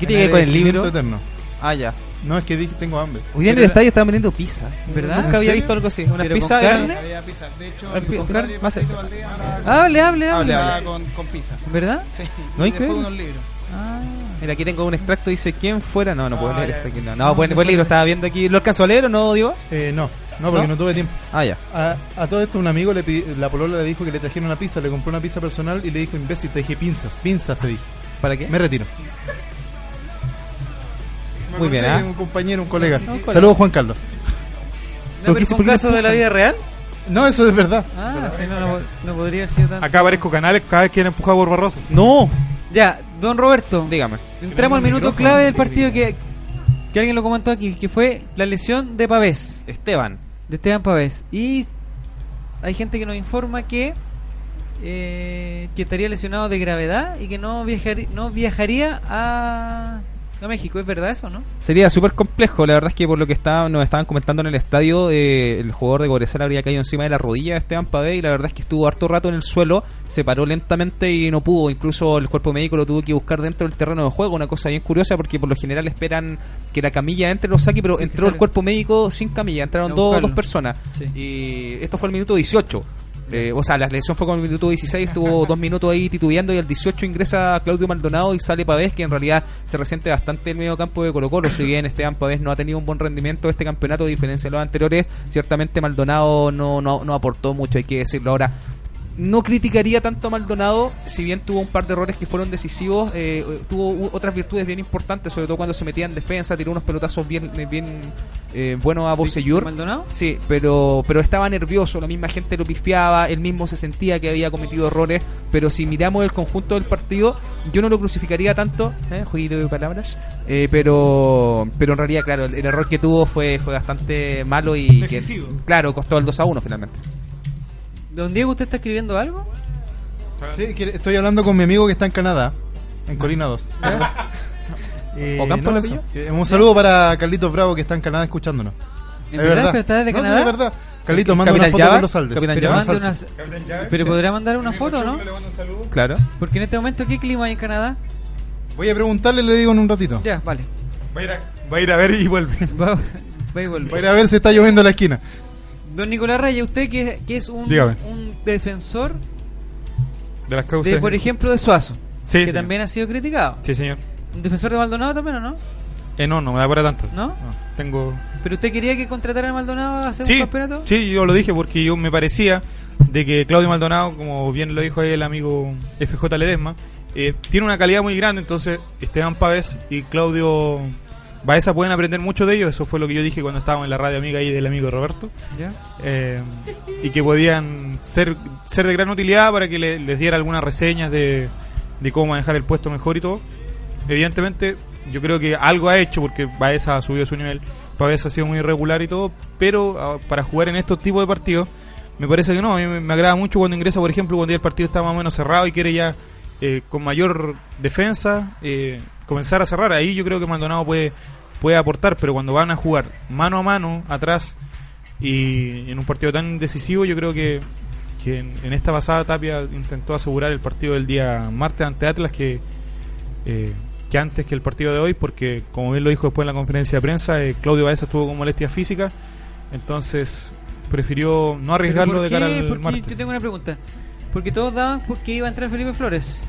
¿Qué tiene que ver con el libro?
Eterno.
Ah, ya.
No, es que dije, tengo hambre. Ah,
Hoy día en el
Pero-
estadio estaban vendiendo pizza.
¿Verdad?
Nunca había
¿En serio?
visto algo así. Una
¿Pero con
pizza
carne?
eran-
Había pizza. De hecho,
Al-
mi
con
compadre
car- más-
Pablito Valdés andaba-
Ah, Hable, hable, hable.
Hable, hable.
andaba con, con pizza.
¿Verdad?
Sí.
No,
y después
increíble.
unos libros.
Ah.
Mira, aquí tengo un extracto. Dice: ¿Quién fuera? No, no puedo leer esto aquí. No, no buen, buen libro. Estaba viendo aquí. ¿Lo alcanzó a leer o no, Diego?
Eh, no, no, porque
¿No?
¿No? tuve tiempo.
Ah, ya.
A, a todo esto, un amigo, le pi- la polola le dijo que le trajeron una pizza, le compró una pizza personal y le dijo, imbécil, te dije pinzas, pinzas, te dije.
¿Para qué?
Me retiro.
Muy
acordé
bien, ¿ah?
de Un compañero, un colega.
Un colega.
Saludos, Juan Carlos.
No, pero fue un caso de la vida real?
No, eso es verdad.
Ah, sí, no, no, no podría haber sido tan.
Acá aparezco canales cada vez que era empujado por Barroso.
No.
Ya, don Roberto.
Dígame.
Entramos al minuto clave del partido que, que alguien lo comentó aquí, que fue la lesión de Pavés.
Esteban.
De Esteban Pavés. Y hay gente que nos informa que, eh, que estaría lesionado de gravedad y que no, viajar, no viajaría a, a México. ¿Es verdad eso, no?
Sería súper complejo, la verdad es que por lo que está, nos estaban comentando en el estadio, eh, el jugador de Cobresal habría caído encima de la rodilla de Esteban Pavé y la verdad es que estuvo harto rato en el suelo, se paró lentamente y no pudo, incluso el cuerpo médico lo tuvo que buscar dentro del terreno de juego, una cosa bien curiosa porque por lo general esperan que la camilla entre los saque, pero entró el cuerpo médico sin camilla, entraron
A
dos,
buscarlo.
dos personas y esto fue el minuto 18. Eh, o sea, la lesión fue con el minuto 16, estuvo dos minutos ahí titubeando y al 18 ingresa Claudio Maldonado y sale Pavés, que en realidad se resiente bastante el medio campo de Colo Colo. Si bien Esteban Pavés no ha tenido un buen rendimiento este campeonato, a diferencia de los anteriores, ciertamente Maldonado no, no, no aportó mucho, hay que decirlo ahora. No criticaría tanto a Maldonado, si bien tuvo un par de errores que fueron decisivos, eh, eh, tuvo u- otras virtudes bien importantes, sobre todo cuando se metía en defensa, tiró unos pelotazos bien, eh, bien eh, buenos a Bocellur.
¿Maldonado?
Sí, pero, pero estaba nervioso, la misma gente lo pifiaba, él mismo se sentía que había cometido errores, pero si miramos el conjunto del partido, yo no lo crucificaría tanto, ¿eh? jueguito de palabras, eh, pero, pero en realidad, claro, el, el error que tuvo fue, fue bastante malo y que,
Decisivo.
claro, costó el 2 a 1 finalmente.
Don Diego, ¿usted está escribiendo algo?
Sí, que estoy hablando con mi amigo que está en Canadá, en Colina 2. Eh,
¿Ocampo
no,
lo
sí.
pilló?
Eh, Un saludo para Carlitos Bravo que está en Canadá escuchándonos.
¿En verdad? ¿Pero está desde
No, sí,
Canadá?
de verdad. Carlitos, manda
¿Capitán
una foto
Java?
de los Aldes.
¿Capitán
Pero
Java?
una
Mande
salsa.
unas-
Capitán Llave,
Pero
sí.
podría mandar una
Amigo
foto,
Chucky,
¿no?
le mando un saludo.
Claro.
Porque en este momento, ¿qué clima hay en Canadá?
Voy a preguntarle, le digo en un ratito.
Ya, vale.
Va a ir a- va a ir a ver y vuelve.
Va, va y vuelve.
Voy a ir a ver si está lloviendo en la esquina.
Don Nicolás Raya, usted que, que es un,
Dígame.
un defensor
De las causas.
de, por ejemplo, de Suazo,
Sí,
que
señor.
también ha sido criticado.
Sí, señor.
Un defensor de Maldonado también, ¿o no?
Eh, no, no me da para tanto.
¿No?
Tengo.
¿Pero usted quería que contratara a Maldonado a hacer un
Sí,
campeonato?
sí, yo lo dije porque yo me parecía de que Claudio Maldonado, como bien lo dijo ahí el amigo FJ Ledesma, eh, tiene una calidad muy grande, entonces Esteban Pávez y Claudio Baeza pueden aprender mucho de ellos, eso fue lo que yo dije cuando estábamos en la radio amiga ahí del amigo Roberto,
¿Ya?
eh, y que podían ser, ser de gran utilidad para que le- les diera algunas reseñas de, de cómo manejar el puesto mejor y todo. Evidentemente, yo creo que algo ha hecho porque Baeza ha subido su nivel, Pavés ha sido muy irregular y todo, pero ah, para jugar en estos tipos de partidos, me parece que no, a mí me, me agrada mucho cuando ingresa, por ejemplo, cuando ya el partido está más o menos cerrado y quiere ya eh, con mayor defensa eh, comenzar a cerrar. Ahí yo creo que Maldonado puede, puede aportar, pero cuando van a jugar mano a mano, atrás, y en un partido tan decisivo, yo creo que, que en, en esta pasada Tapia intentó asegurar el partido del día martes ante Atlas que, eh, que antes que el partido de hoy, porque como bien lo dijo después en la conferencia de prensa, eh, Claudio Baeza estuvo con molestias físicas, entonces prefirió no
¿Pero
arriesgarlo
por
de cara
qué?
al
Porque
martes.
Yo tengo una pregunta. Porque todos daban porque iba a entrar Felipe Flores.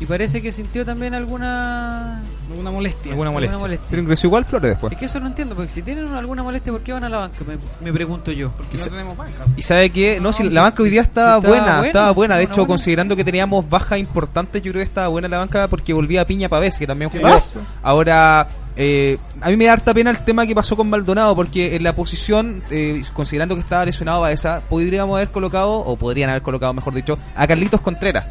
Y parece que sintió también alguna...
Alguna molestia.
Alguna molestia.
Pero ingresó igual Flores después.
Es que eso no entiendo, porque si tienen alguna molestia, ¿por qué van a la banca? Me, me pregunto yo.
Porque no tenemos banca. pues.
Y sabe que, no, si la banca hoy día
si
estaba
estaba
buena,
buena,
estaba buena. De
estaba
hecho,
buena.
considerando que teníamos bajas importantes, yo creo que estaba buena la banca porque volvía a Piña Pavés, que también jugó.
pues.
pasa?
Ahora, eh, a mí me da harta pena el tema que pasó con Maldonado, porque en la posición, eh, considerando que estaba lesionado a esa, podríamos haber colocado, o podrían haber colocado, mejor dicho, a Carlitos Contreras.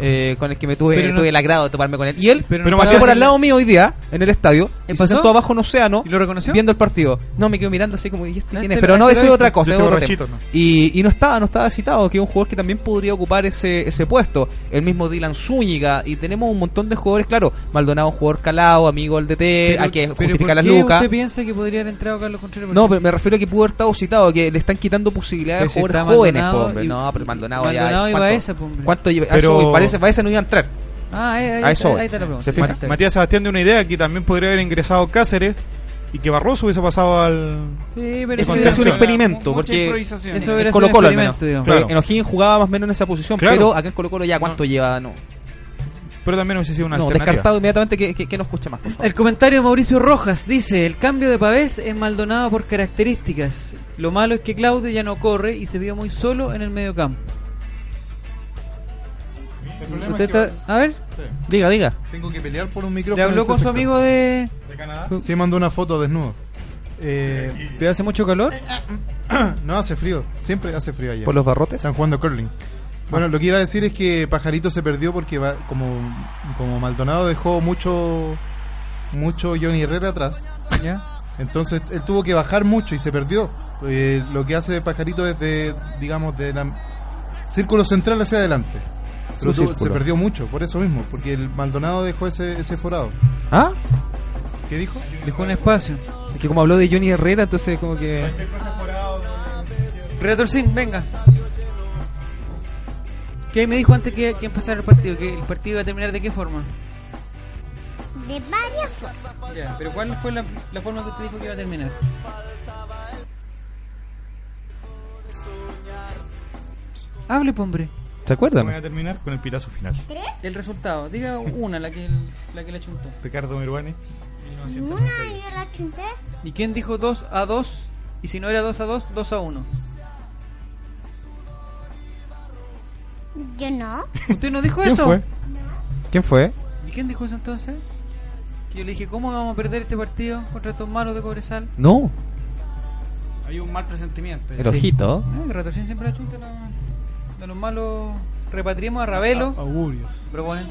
eh, con el que me tuve,
Pero no-
tuve el agrado de toparme con él. Y él
Pero
no
pasó
pasó
por
así-
al lado mío hoy día, en el estadio, y se
¿Pasó?
sentó abajo en Océano,
¿Y lo reconoció?
viendo el partido. No, me quedo mirando así como, ¿y este
Ah,
quién es?
este
Pero
lo-
no,
este
eso es
lo-
otra cosa.
Yo
es
tengo
otro tema.
rayito, ¿no?
Y, y no estaba, no estaba citado, que es un jugador que también podría ocupar ese, ese puesto. El mismo Dylan Zúñiga, y tenemos un montón de jugadores, claro, Maldonado, un jugador calado, amigo del DT, hay que
pero
justificar
¿por
las
qué
lucas.
usted piensa que podría haber entrado Carlos Contreras? por
No, pero
ejemplo?
me refiero a que pudo haber estado citado, que le están quitando posibilidades
Pero si
a jugadores
está
jóvenes, po,
Maldonado
hombre.
y-
No, pero Maldonado,
Maldonado y
ya. ¿cuánto-
Baeza, po, hombre.
¿Cuánto lleva?
Pero-
Pero... Parece Baeza no iba a entrar.
Ah, ahí, ahí
A
está,
eso voy,
ahí está la
sí.
pregunta.
Se fija.
Ahí está.
Matías Sebastián dio una idea que también podría haber ingresado Cáceres y que Barroso hubiese pasado al...
Sí,
Eso
pero
hubiera
eso hubiera
sido un
Contención.
experimento,
Mucha
porque.
improvisación.
Eso hubiera
en
sido
Colo
un
Colo al
experimento,
menos.
digamos.
Claro.
Porque En O'Higgins jugaba más o menos en esa posición,
Claro.
pero acá en Colo Colo ya cuánto lleva, no.
Pero también hubiese sido una
No,
alternativa.
descartado inmediatamente que, que, que no escucha más.
El comentario de Mauricio Rojas dice: El cambio de Pavés es Maldonado por características. Lo malo es que Claudio ya no corre y se vio muy solo en el medio campo. Usted está- A ver,
Diga, diga.
Tengo que pelear por un micrófono.
le habló
en este
con su
sector.
amigo de.
Sí, mandó una foto desnudo.
Eh,
¿Pero hace mucho calor? ah, mm.
no, hace frío. Siempre hace frío allá.
¿Por los barrotes? Ah.
Están jugando curling. Bueno, lo que iba a decir es que Pajarito se perdió porque va- como, como Maldonado dejó mucho, mucho Johnny Herrera atrás. Entonces él tuvo que bajar mucho y se perdió. Eh, lo que hace Pajarito es de, digamos, de la- círculo central hacia adelante. Pero
Su
tuvo- se
círculo.
perdió mucho, por eso mismo, porque el Maldonado dejó ese, ese forado.
¿Ah?
¿Qué dijo?
Dejó un espacio.
Es que como habló de Johnny Herrera, entonces como que...
Relator Sin, venga. ¿Qué me dijo antes que, que empezara el partido? ¿Que el partido iba a terminar de qué forma?
De varias formas.
Ya, pero ¿cuál fue la, la forma que usted dijo que iba a terminar? Hable, hombre.
Voy
¿Se acuerdan?
a terminar con el pitazo final.
El resultado, diga una, la que, la que le chuntó.
Ricardo Meruane.
Una yo la chunté.
¿Y quién dijo 2 a 2? Y si no era 2 a 2, 2 a 1.
Yo no.
¿Usted no dijo
¿Quién
eso?
fue? ¿Quién fue?
¿Y quién dijo eso entonces? Que yo le dije, ¿cómo vamos a perder este partido contra estos malos de Cobresal?
No,
Hay un mal presentimiento.
el ojito.
Eh, que Relator Sin siempre la chunta a la- a los malos. Repatriemos a Ravelo.
augurios.
Pero bueno.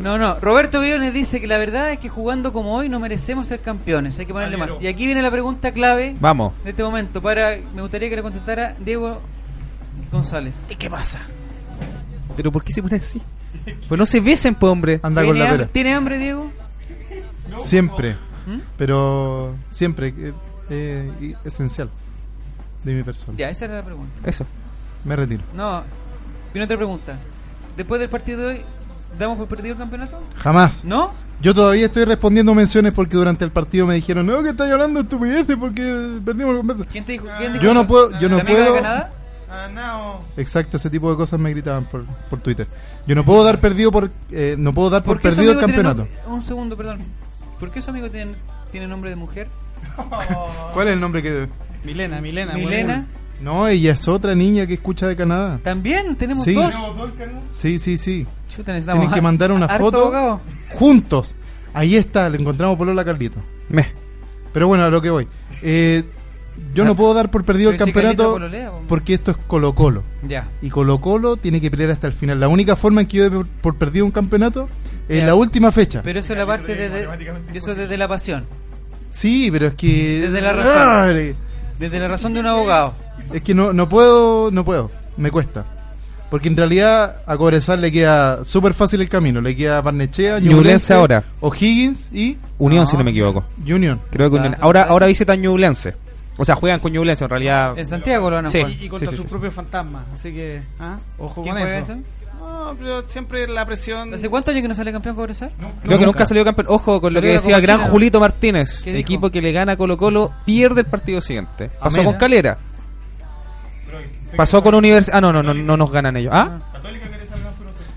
No, no. Roberto Briones dice que la verdad es que jugando como hoy no merecemos ser campeones. Hay que ponerle más. Y aquí viene la pregunta clave
Vamos.
de este momento. Para, me gustaría que la contestara Diego González.
¿Y qué pasa?
¿Pero por qué se pone así? Pues no se besen, pues, hombre.
Anda con
¿Tiene,
la
hambre,
pera.
¿Tiene hambre, Diego?
Siempre.
¿Mm?
Pero siempre. eh, eh, y esencial. De mi persona.
Ya, esa era la pregunta.
Eso.
Me retiro.
No, viene otra pregunta. Después del partido de hoy, ¿damos por perdido el campeonato?
Jamás.
¿No?
Yo todavía estoy respondiendo menciones porque durante el partido me dijeron, no, que estáis hablando de estupideces porque perdimos el campeonato.
¿Quién te dijo? quién dijo
Yo no
eso?
puedo, yo no
¿La amiga de
puedo.
Canadá?
Exacto, ese tipo de cosas me gritaban por, por Twitter. Yo no puedo dar perdido por, eh, no puedo dar por
qué su
perdido el
amigo tiene
campeonato.
nom- Un segundo, perdón. ¿Por qué su amigo tiene, tiene nombre de mujer?
¿Cuál es el nombre que?
Milena, Milena.
Milena.
No, ella es otra niña que escucha de Canadá.
También tenemos
Sí.
dos.
Sí, sí, sí.
Chuta, Este, necesitamos
Tienen que
a-
mandar una
harto
foto
abogado.
juntos. Ahí está, le encontramos por Lola Carlito.
Me.
Pero bueno, a lo que voy. Eh, yo
Ah,
no puedo dar por perdido el
Pero si Carlito
campeonato
pololea, po.
porque esto es Colo Colo.
Ya.
Y Colo Colo tiene que pelear hasta el final. La única forma en que yo dé por- por perdido un campeonato es
Ya.
la última fecha.
Pero eso es la parte desde, eso es desde la pasión.
Sí, pero es que...
Desde la razón.
¡Ay!
Desde la razón de un abogado.
Es que no, no puedo, no puedo. Me cuesta. Porque en realidad a Cobresal le queda súper fácil el camino. Le queda Barnechea,
Ñublense
Ñublense,
ahora.
O'Higgins y
Unión, si no me equivoco.
Union.
Creo que
Ah,
Ah, Unión. Ahora, ahora visitan Ñublense. O sea, juegan con Ñublense, en realidad.
En Santiago lo van a
Sí.
jugar.
Y contra
Sí, sí,
sus
sí.
propios fantasmas. Así que, ¿ah? ojo
¿Quién
con
juega
eso.
eso?
No, pero siempre la presión.
¿Hace cuántos años que no sale campeón Cobresal?
Creo que nunca salió campeón. Ojo con lo
Salió
que
la
decía
Copa
gran
China.
Julito Martínez.
¿Qué dijo?
Equipo que le gana a Colo Colo, pierde el partido siguiente. Pasó
Amén.
con Calera. Pasó con Universidad. Ah, no, no, no, no nos ganan ellos. ¿Ah?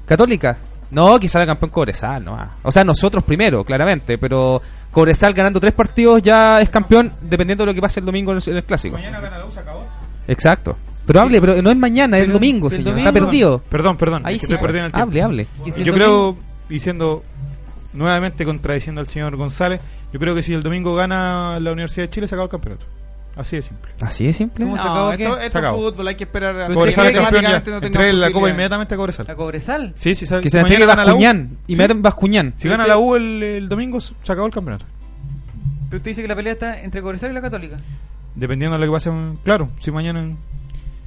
Católica. No, quizá la campeón Cobresal, no. ah. O sea, nosotros primero, claramente. Pero Cobresal ganando tres partidos ya es campeón, dependiendo de lo que pase el domingo en el, en el clásico.
Mañana gana la acabó.
Exacto. Pero hable, pero no es mañana, es el
Pero
domingo,
si el
señor.
domingo-
Está perdido.
Perdón, perdón.
Ahí
es que
sí.
estoy perdiendo el tiempo.
Hable, hable.
Que si el
Yo
domingo-
creo, diciendo nuevamente contradiciendo al señor González, yo creo que si el domingo gana la Universidad de Chile, se acaba el campeonato. Así de simple.
Así de simple.
¿Cómo se
No,
acabó
esto,
qué?
esto
Se
es
acabó.
fútbol, hay que esperar a
Cobresal es campeón ya.
matemáticamente no
Entré en
tenemos
la Copa
posibilidades.
inmediatamente a Cobresal.
¿La Cobresal?
Sí, sí, sabe-
Que
si
se entregue
mañana gana la U-
Bascuñán. Y
Sí.
me Bascuñán.
Si gana la U el, el domingo, se acabó el campeonato.
Pero usted dice que la pelea está entre Cobresal y la Católica.
Dependiendo de lo que pase, mm, claro, si mañana...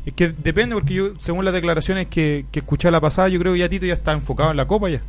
Es que depende, porque yo, según las declaraciones que, que escuché la pasada, yo creo que ya Tito ya está enfocado en la Copa ya.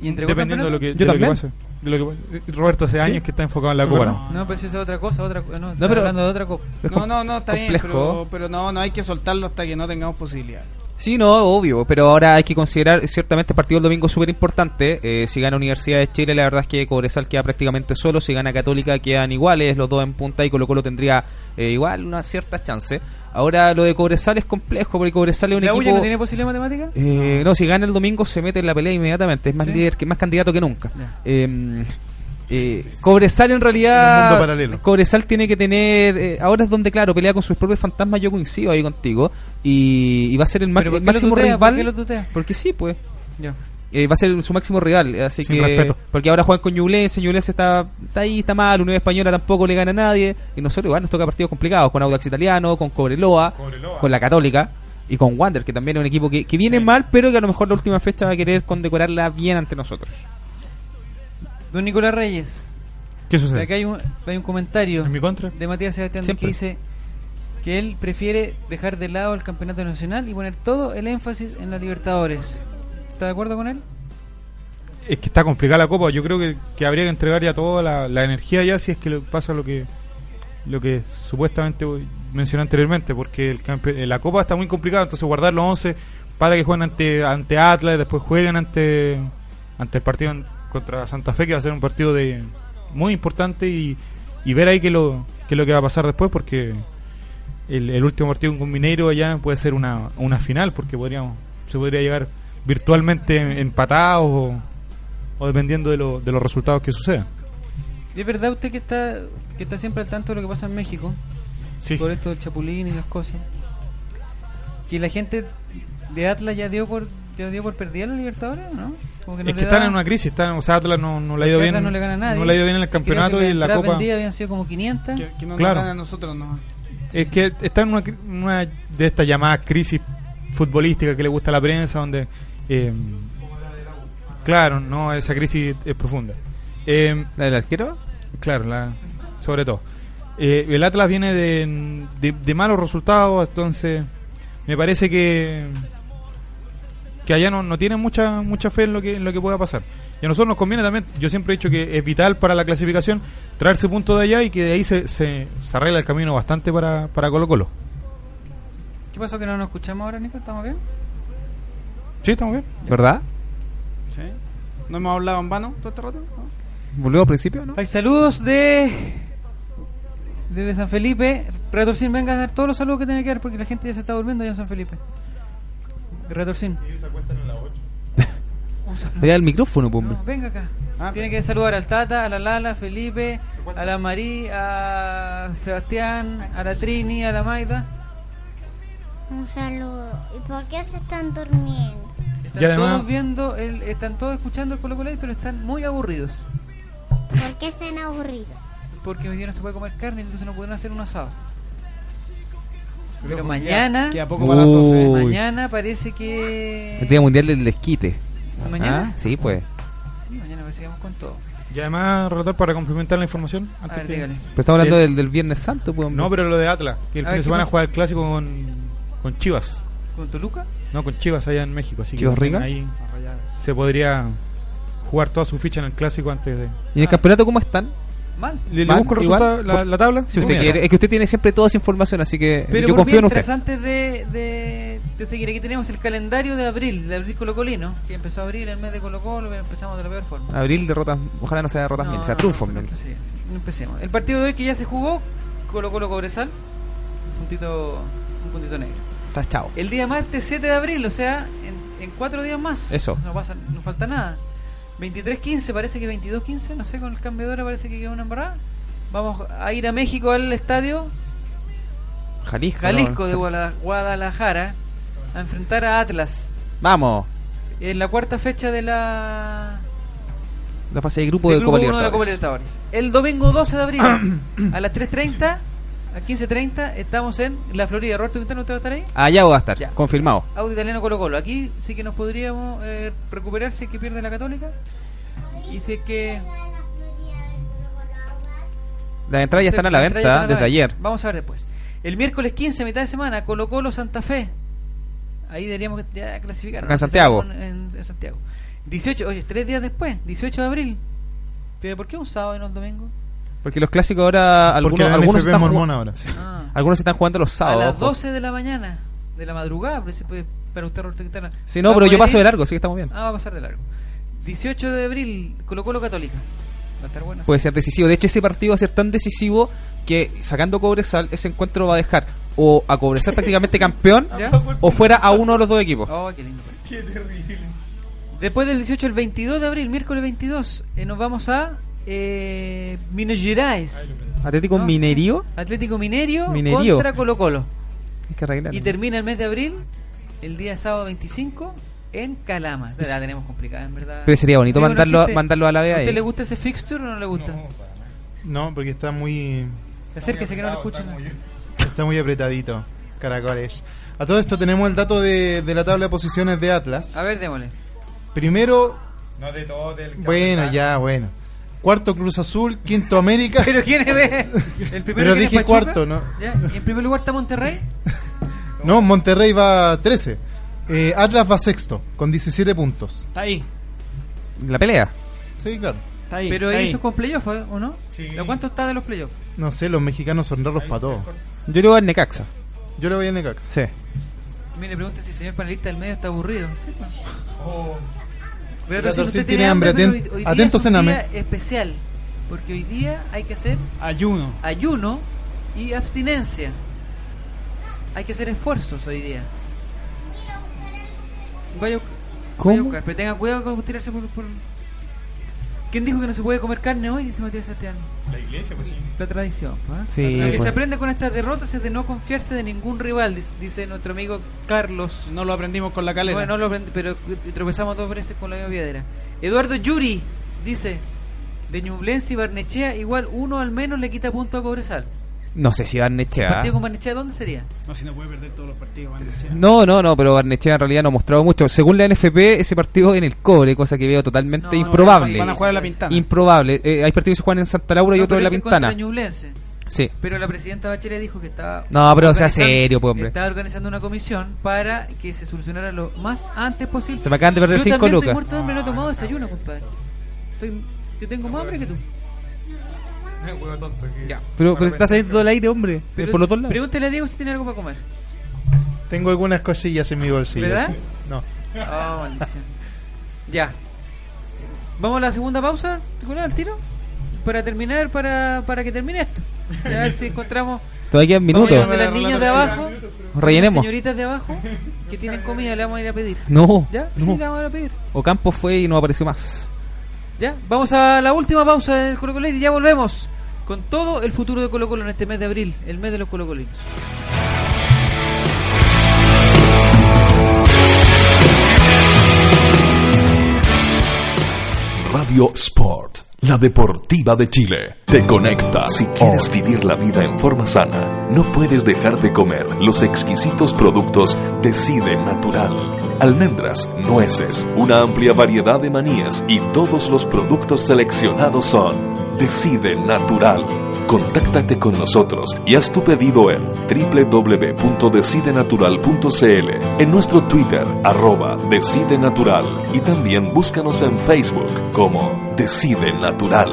¿Y entregó el
Dependiendo de lo que,
Yo
de lo que
también.
pase. De lo que- Roberto hace años que está enfocado en la Copa. ¿no?
campeonato? No, pero eso es otra cosa. Otra, no, no
pero-
hablando de otra copa.
Es
No,
com-
no, no, está bien,
complejo.
pero, pero no, no hay que soltarlo hasta que no tengamos posibilidad.
Sí, no, obvio, pero ahora hay que considerar, ciertamente el partido del domingo es súper importante. Eh, si gana Universidad de Chile, la verdad es que Cobresal queda prácticamente solo. Si gana Católica, quedan iguales, los dos en punta y Colo Colo tendría eh, igual unas ciertas chances. Ahora lo de Cobresal es complejo, porque Cobresal es un
¿La
equipo...
Ulla no tiene posibilidad matemática?
Eh, no, si gana el domingo se mete en la pelea inmediatamente. Es más
¿Sí?
líder, que, más candidato que nunca.
Ya.
Eh, eh, Cobresal en
En un
realidad.
mundo paralelo.
Cobresal tiene que tener. eh, ahora es donde, claro, pelea con sus propios fantasmas. Yo coincido ahí contigo. Y, y va a ser el, ma-
¿Pero por
el
qué lo
máximo
tutea? ¿Por
rival.
qué lo tutea?
Porque sí, pues.
Ya.
eh, va a ser su máximo rival. eh, Así
Sin
que.
respeto.
Porque ahora juegan con Ñublense, Ñublense está, está ahí, está mal, Unión Española tampoco le gana a nadie. Y nosotros igual nos toca partidos complicados con Audax Italiano, con Cobreloa, con la Católica y con Wander, que también es un equipo que, que viene mal, pero que a lo mejor la última fecha va a querer condecorarla bien ante nosotros.
Don Nicolás Reyes.
¿Qué sucede?
Acá hay un, hay un comentario de Matías Sebastián que
Siempre.
dice que él prefiere dejar de lado el campeonato nacional y poner todo el énfasis en la Libertadores. ¿Está de acuerdo con él?
Es que está complicada la copa. Yo creo que, que habría que entregar ya toda la, la energía ya si es que lo- pasa lo que lo que supuestamente mencioné anteriormente, porque el campe- eh, la copa está muy complicada, entonces guardar los 11 para que jueguen ante ante Atlas, después jueguen ante ante el partido en- contra Santa Fe que va a ser un partido de muy importante y, y ver ahí que lo que lo que va a pasar después porque el, el último partido con Mineiro allá puede ser una, una final porque podríamos se podría llegar virtualmente em, empatados o, o dependiendo de, lo- de los resultados que sucedan.
¿Es verdad usted que está que está siempre al tanto de lo que pasa en México? Por esto del Chapulín y las cosas. Que la gente de Atlas ya dio por ya dio por perdida a la Libertadores, ¿o ¿no? Como no
es
le
que están
da-
en una crisis, están, o sea, Atlas no, no le ha
porque
ido
Atlas
bien.
no le gana a nadie.
le ha ido bien en el
Creo que
campeonato y en la
entradas
copa.
vendidas habían sido como 500.
Que
Claro.
no nos ganan a nosotros, no.
Es que está en una, cri- una de estas llamadas crisis futbolística que le gusta a la prensa, donde. eh, claro, no, esa crisis es profunda. Eh,
¿La del arquero?
Claro, la, sobre todo. Eh, el Atlas viene de, de- de malos resultados, entonces me parece que que allá no, no tienen mucha mucha fe en lo que en lo que pueda pasar. Y a nosotros nos conviene también, yo siempre he dicho que es vital para la clasificación traerse puntos de allá y que de ahí se, se, se arregla el camino bastante para, para Colo Colo.
¿Qué pasó que no nos escuchamos ahora, Nico? ¿Estamos bien?
Sí, estamos bien.
¿Verdad?
Sí. ¿No hemos hablado en vano todo este rato? ¿No?
¿Volvemos al principio? ¿no?
Hay saludos de desde San Felipe. Retorcín, venga a dar todos los saludos que tiene que dar porque la gente ya se está durmiendo allá en San Felipe. Retorcín.
Le da el micrófono, pues, pum.
Venga acá. Tiene que saludar al Tata, a la Lala, a Felipe, a la Marí, a Sebastián, a la Trini, a la Maida.
Un saludo. ¿Y por qué se están durmiendo?
Están
Y además-
todos viendo, el- están todos escuchando el Colo Colo, pero están muy aburridos.
¿Por qué están aburridos?
Porque hoy día no se puede comer carne, entonces no pueden hacer un asado. Pero
que
mañana,
queda- queda poco para las
doce. Uy.
mañana parece que...
El Día Mundial del Esquite.
¿Mañana?
Ah, Sí, pues.
Sí, mañana parece que vamos con todo.
Y además, relator, para complementar la información. antes
ver,
que- Eh,
dígale.
Pero Pues estamos hablando del, del Viernes Santo, pues. hombre.
No, pero lo de Atlas, que el
A
fin
ver,
de
¿qué
semana
pasa?
juega el clásico con, con Chivas.
¿Con Toluca?
No, con Chivas allá en México. Así
¿Chivas
que también
Rica?
ahí se podría jugar toda su ficha en el clásico antes de.
¿Y en el campeonato cómo están?
Mal.
¿Le, le
¿Mal?
busco el
¿Igual?
resultado, la,
Por-
la tabla?
Si usted
Mira.
quiere. Es que usted tiene siempre toda esa información, así que
Pero
Eh, yo
por
confío en usted.
mientras, antes de, de, de seguir, aquí tenemos el calendario de abril, de abril colocolino, que empezó abril, el mes de Colo Colo, empezamos de la peor forma.
Abril derrotas, ojalá no sea derrotas
No,
mil,
no,
sea triunfo
no,
mil.
no, sí, no empecemos. El partido de hoy que ya se jugó, Colo Colo Cobresal, un puntito, un puntito negro.
Estás chao.
El día martes 7 de abril, o sea, en, en cuatro días más.
Eso.
No, pasa, no falta nada. 23-15, parece que 22-15, no sé, con el cambio de hora parece que queda una embarrada. Vamos a ir a México al estadio
Jalisco.
Jalisco
¿no?
de Guada- Guadalajara a enfrentar a Atlas
Vamos.
en la cuarta fecha de la
La fase de grupo
del
de,
grupo
Copa
uno de la Copa
Libertadores.
Libertadores. El domingo 12 de abril a las 3.30, a 15.30 estamos en la Florida. Roberto Quintana, ¿usted va a estar ahí?
Allá voy Ah, a estar,
Ya.
confirmado.
Audio italiano Colo Colo. Aquí sí que nos podríamos eh, recuperar si es que pierde la Católica. Y si es que...
Las entradas ya
Sí,
están a la
las
venta
entradas ya están a
desde
la venta.
ayer.
Vamos a ver después. El miércoles 15, mitad de semana, Colo Colo Santa Fe. Ahí deberíamos que- ya clasificar.
Acá en
sé si
Santiago.
En, en- en Santiago. 18, oye, tres días después, 18 de abril. Pero ¿por qué un sábado y no un domingo?
Porque los clásicos ahora. Algunos,
la
algunos,
NFP
están
mormona
jugando-
ahora.
Ah.
algunos se están jugando los
a
sábados.
las
ojo.
12 de la mañana, de la madrugada, pues, pues, para usted, Roberto Quintana.
Sí, no,
¿Va a
pero yo
poder
paso
ir?
de largo, así que estamos bien.
Ah, va a pasar de largo. 18 de abril, Colo Colo Católica. Va a estar bueno.
Puede ser decisivo. De hecho, ese partido va a ser tan decisivo que sacando Cobresal, ese encuentro va a dejar o a Cobresal prácticamente campeón
¿Ya?
o fuera a uno de los dos equipos.
Oh, qué lindo. Qué terrible. Después del 18, el 22 de abril, miércoles 22, eh, nos vamos a eh, Minas Gerais.
Atlético
No.
Minerío.
Atlético Minerio,
Minerío.
contra Colo Colo.
Hay que arreglar.
Y termina el mes de abril, el día sábado 25, en Calama. La tenemos complicada, en verdad.
Pero sería bonito
Digo, no
mandarlo,
existe.
mandarlo a la
¿A
vea.
usted
ahí.
le gusta ese fixture o no le gusta?
No, porque está muy.
Acérquese que no lo escuchen.
Está muy apretadito, caracoles. A todo esto tenemos el dato de, de la tabla de posiciones de Atlas.
Ah.
A ver, démosle.
Primero,
No de todo, del
bueno, ya, bueno. Cuarto Cruz Azul, quinto América.
¿Pero quién es? El primero
Pero
que viene
dije
es Pachuca,
cuarto, ¿no?
¿ya? ¿Y en primer lugar está Monterrey?
No, Monterrey va 13. Eh, Atlas va sexto, con 17 puntos.
Está ahí.
La pelea.
Sí, claro.
Está ahí.
Pero
está
eso
ahí.
es con playoff, ¿eh? ¿o no? ¿A cuánto está de los playoffs?
No sé, los mexicanos son raros para todo.
Yo le voy al Necaxa.
Yo le voy a Necaxa.
Sí.
Mire, pregunta si el señor panelista del medio está aburrido. ¿sí? Pero
Relator,
si
sí
usted
tiene
tiene hambre,
hambre,
pero
atent-
hoy, hoy día
atento,
es un
cename.
día especial, porque hoy día hay que hacer
Ayuno.
ayuno y abstinencia. Hay que hacer esfuerzos hoy día. Vaya, a bu- vaya a buscar, pero tenga cuidado con tirarse por, por- ¿Quién dijo que no se puede comer carne hoy? Dice Matías Sebastián.
La iglesia, pues sí.
La tradición. ¿ah?
Sí,
Lo que
pues.
se aprende con estas derrotas es de no confiarse de ningún rival, dis- dice nuestro amigo Carlos.
No lo aprendimos con la calera.
Bueno, no lo aprendí, pero tropezamos dos veces con la misma piedra. Eduardo Yuri dice: De Ñublense y Barnechea, igual uno al menos le quita punto a Cobresal.
No sé si Barnechea.
¿Partido con Barnechea dónde sería?
No, si no puede perder todos los partidos, Barnechea.
No, no, no, pero Barnechea en realidad no ha mostrado mucho. Según la NFP, ese partido en el cobre, cosa que veo totalmente improbable.
Van a jugar a la pintana.
improbable. Eh, hay partidos que se juegan en Santa Laura y
No,
otro
pero
en La
ese contra
Pintana.
Ñublense.
Sí.
Pero la presidenta Bachelet dijo que estaba.
No, pero sea
organizando-
serio, pues, hombre.
Estaba organizando una comisión para que se solucionara lo más antes posible.
Se me acaban de perder
yo
cinco
también
lucas.
Estoy muerto de hambre, no he tomado desayuno, compadre. Estoy- yo tengo más hambre que tú.
Ya.
Pero, pues, pero se está saliendo todo el aire, hombre.
Pero
por los dos lados.
Pregúntele a Diego si tiene algo para comer.
Tengo algunas cosillas en mi bolsillo.
¿Verdad?
sí. No.
Ah, maldición. Ya. ¿Vamos a la segunda pausa, Nicolás, al tiro? Para terminar, para, para que termine esto. Y A ver si encontramos.
Todavía quedan
Vamos a ir
minutos.
donde las niñas de abajo.
Rellenemos.
Señoritas de abajo que tienen comida, le vamos a ir a pedir.
No,
¿Ya?
no.
Sí, le vamos a ir a pedir.
Ocampo fue y no apareció más.
Ya, vamos a la última pausa del Colo Colo y ya volvemos con todo el futuro de Colo Colo en este mes de abril, el mes de los Colo Colinos.
Radio Sport, la deportiva de Chile, te conecta. Si quieres vivir la vida en forma sana, no puedes dejar de comer los exquisitos productos Decide Natural. Almendras, nueces, una amplia variedad de manías y todos los productos seleccionados son Decide Natural. Contáctate con nosotros y haz tu pedido en www.decidenatural.cl, en nuestro Twitter, arroba Decide Natural, y también búscanos en Facebook como Decide Natural.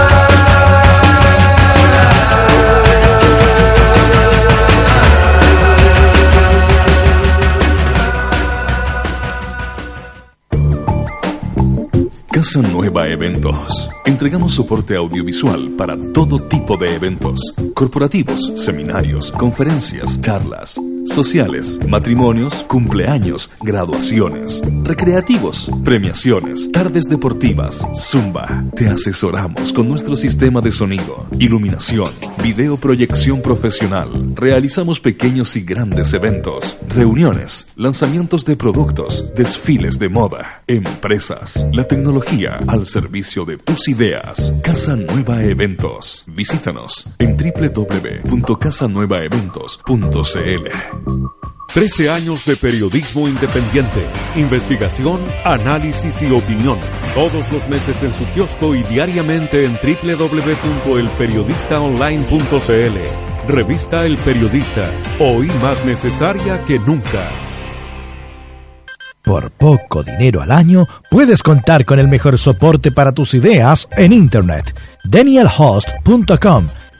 Casa Nueva Eventos. Entregamos soporte audiovisual para todo tipo de eventos. Corporativos, seminarios, conferencias, charlas, sociales, matrimonios, cumpleaños, graduaciones, recreativos, premiaciones, tardes deportivas, zumba. Te asesoramos con nuestro sistema de sonido, iluminación, videoproyección profesional. Realizamos pequeños y grandes eventos, reuniones, lanzamientos de productos, desfiles de moda, empresas, la tecnología al servicio de tus ideas. Casa Nueva Eventos. Visítanos en www.casanuevaeventos.cl.
13 años de periodismo independiente, investigación, análisis y opinión. Todos los meses en su kiosco y diariamente en www.elperiodistaonline.cl. Revista El Periodista, hoy más necesaria que nunca.
Por poco dinero al año, puedes contar con el mejor soporte para tus ideas en Internet. DanielHost.com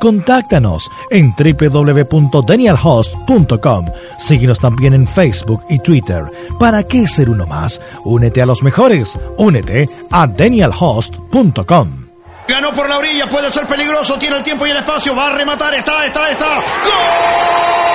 Contáctanos en www.danielhost.com. Síguenos también en Facebook y Twitter. ¿Para qué ser uno más? Únete a los mejores. Únete a danielhost.com.
Ganó por la orilla, puede ser peligroso, tiene el tiempo y el espacio, va a rematar, está, está, está. ¡Gol!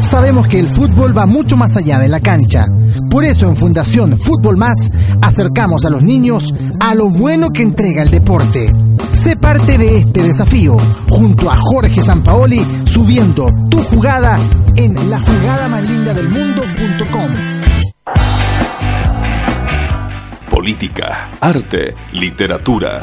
Sabemos que el fútbol va mucho más allá de la cancha. Por eso en Fundación Fútbol Más acercamos a los niños a lo bueno que entrega el deporte. Sé parte de este desafío junto a Jorge Sampaoli subiendo tu jugada en la jugada más linda del
Política, arte, literatura,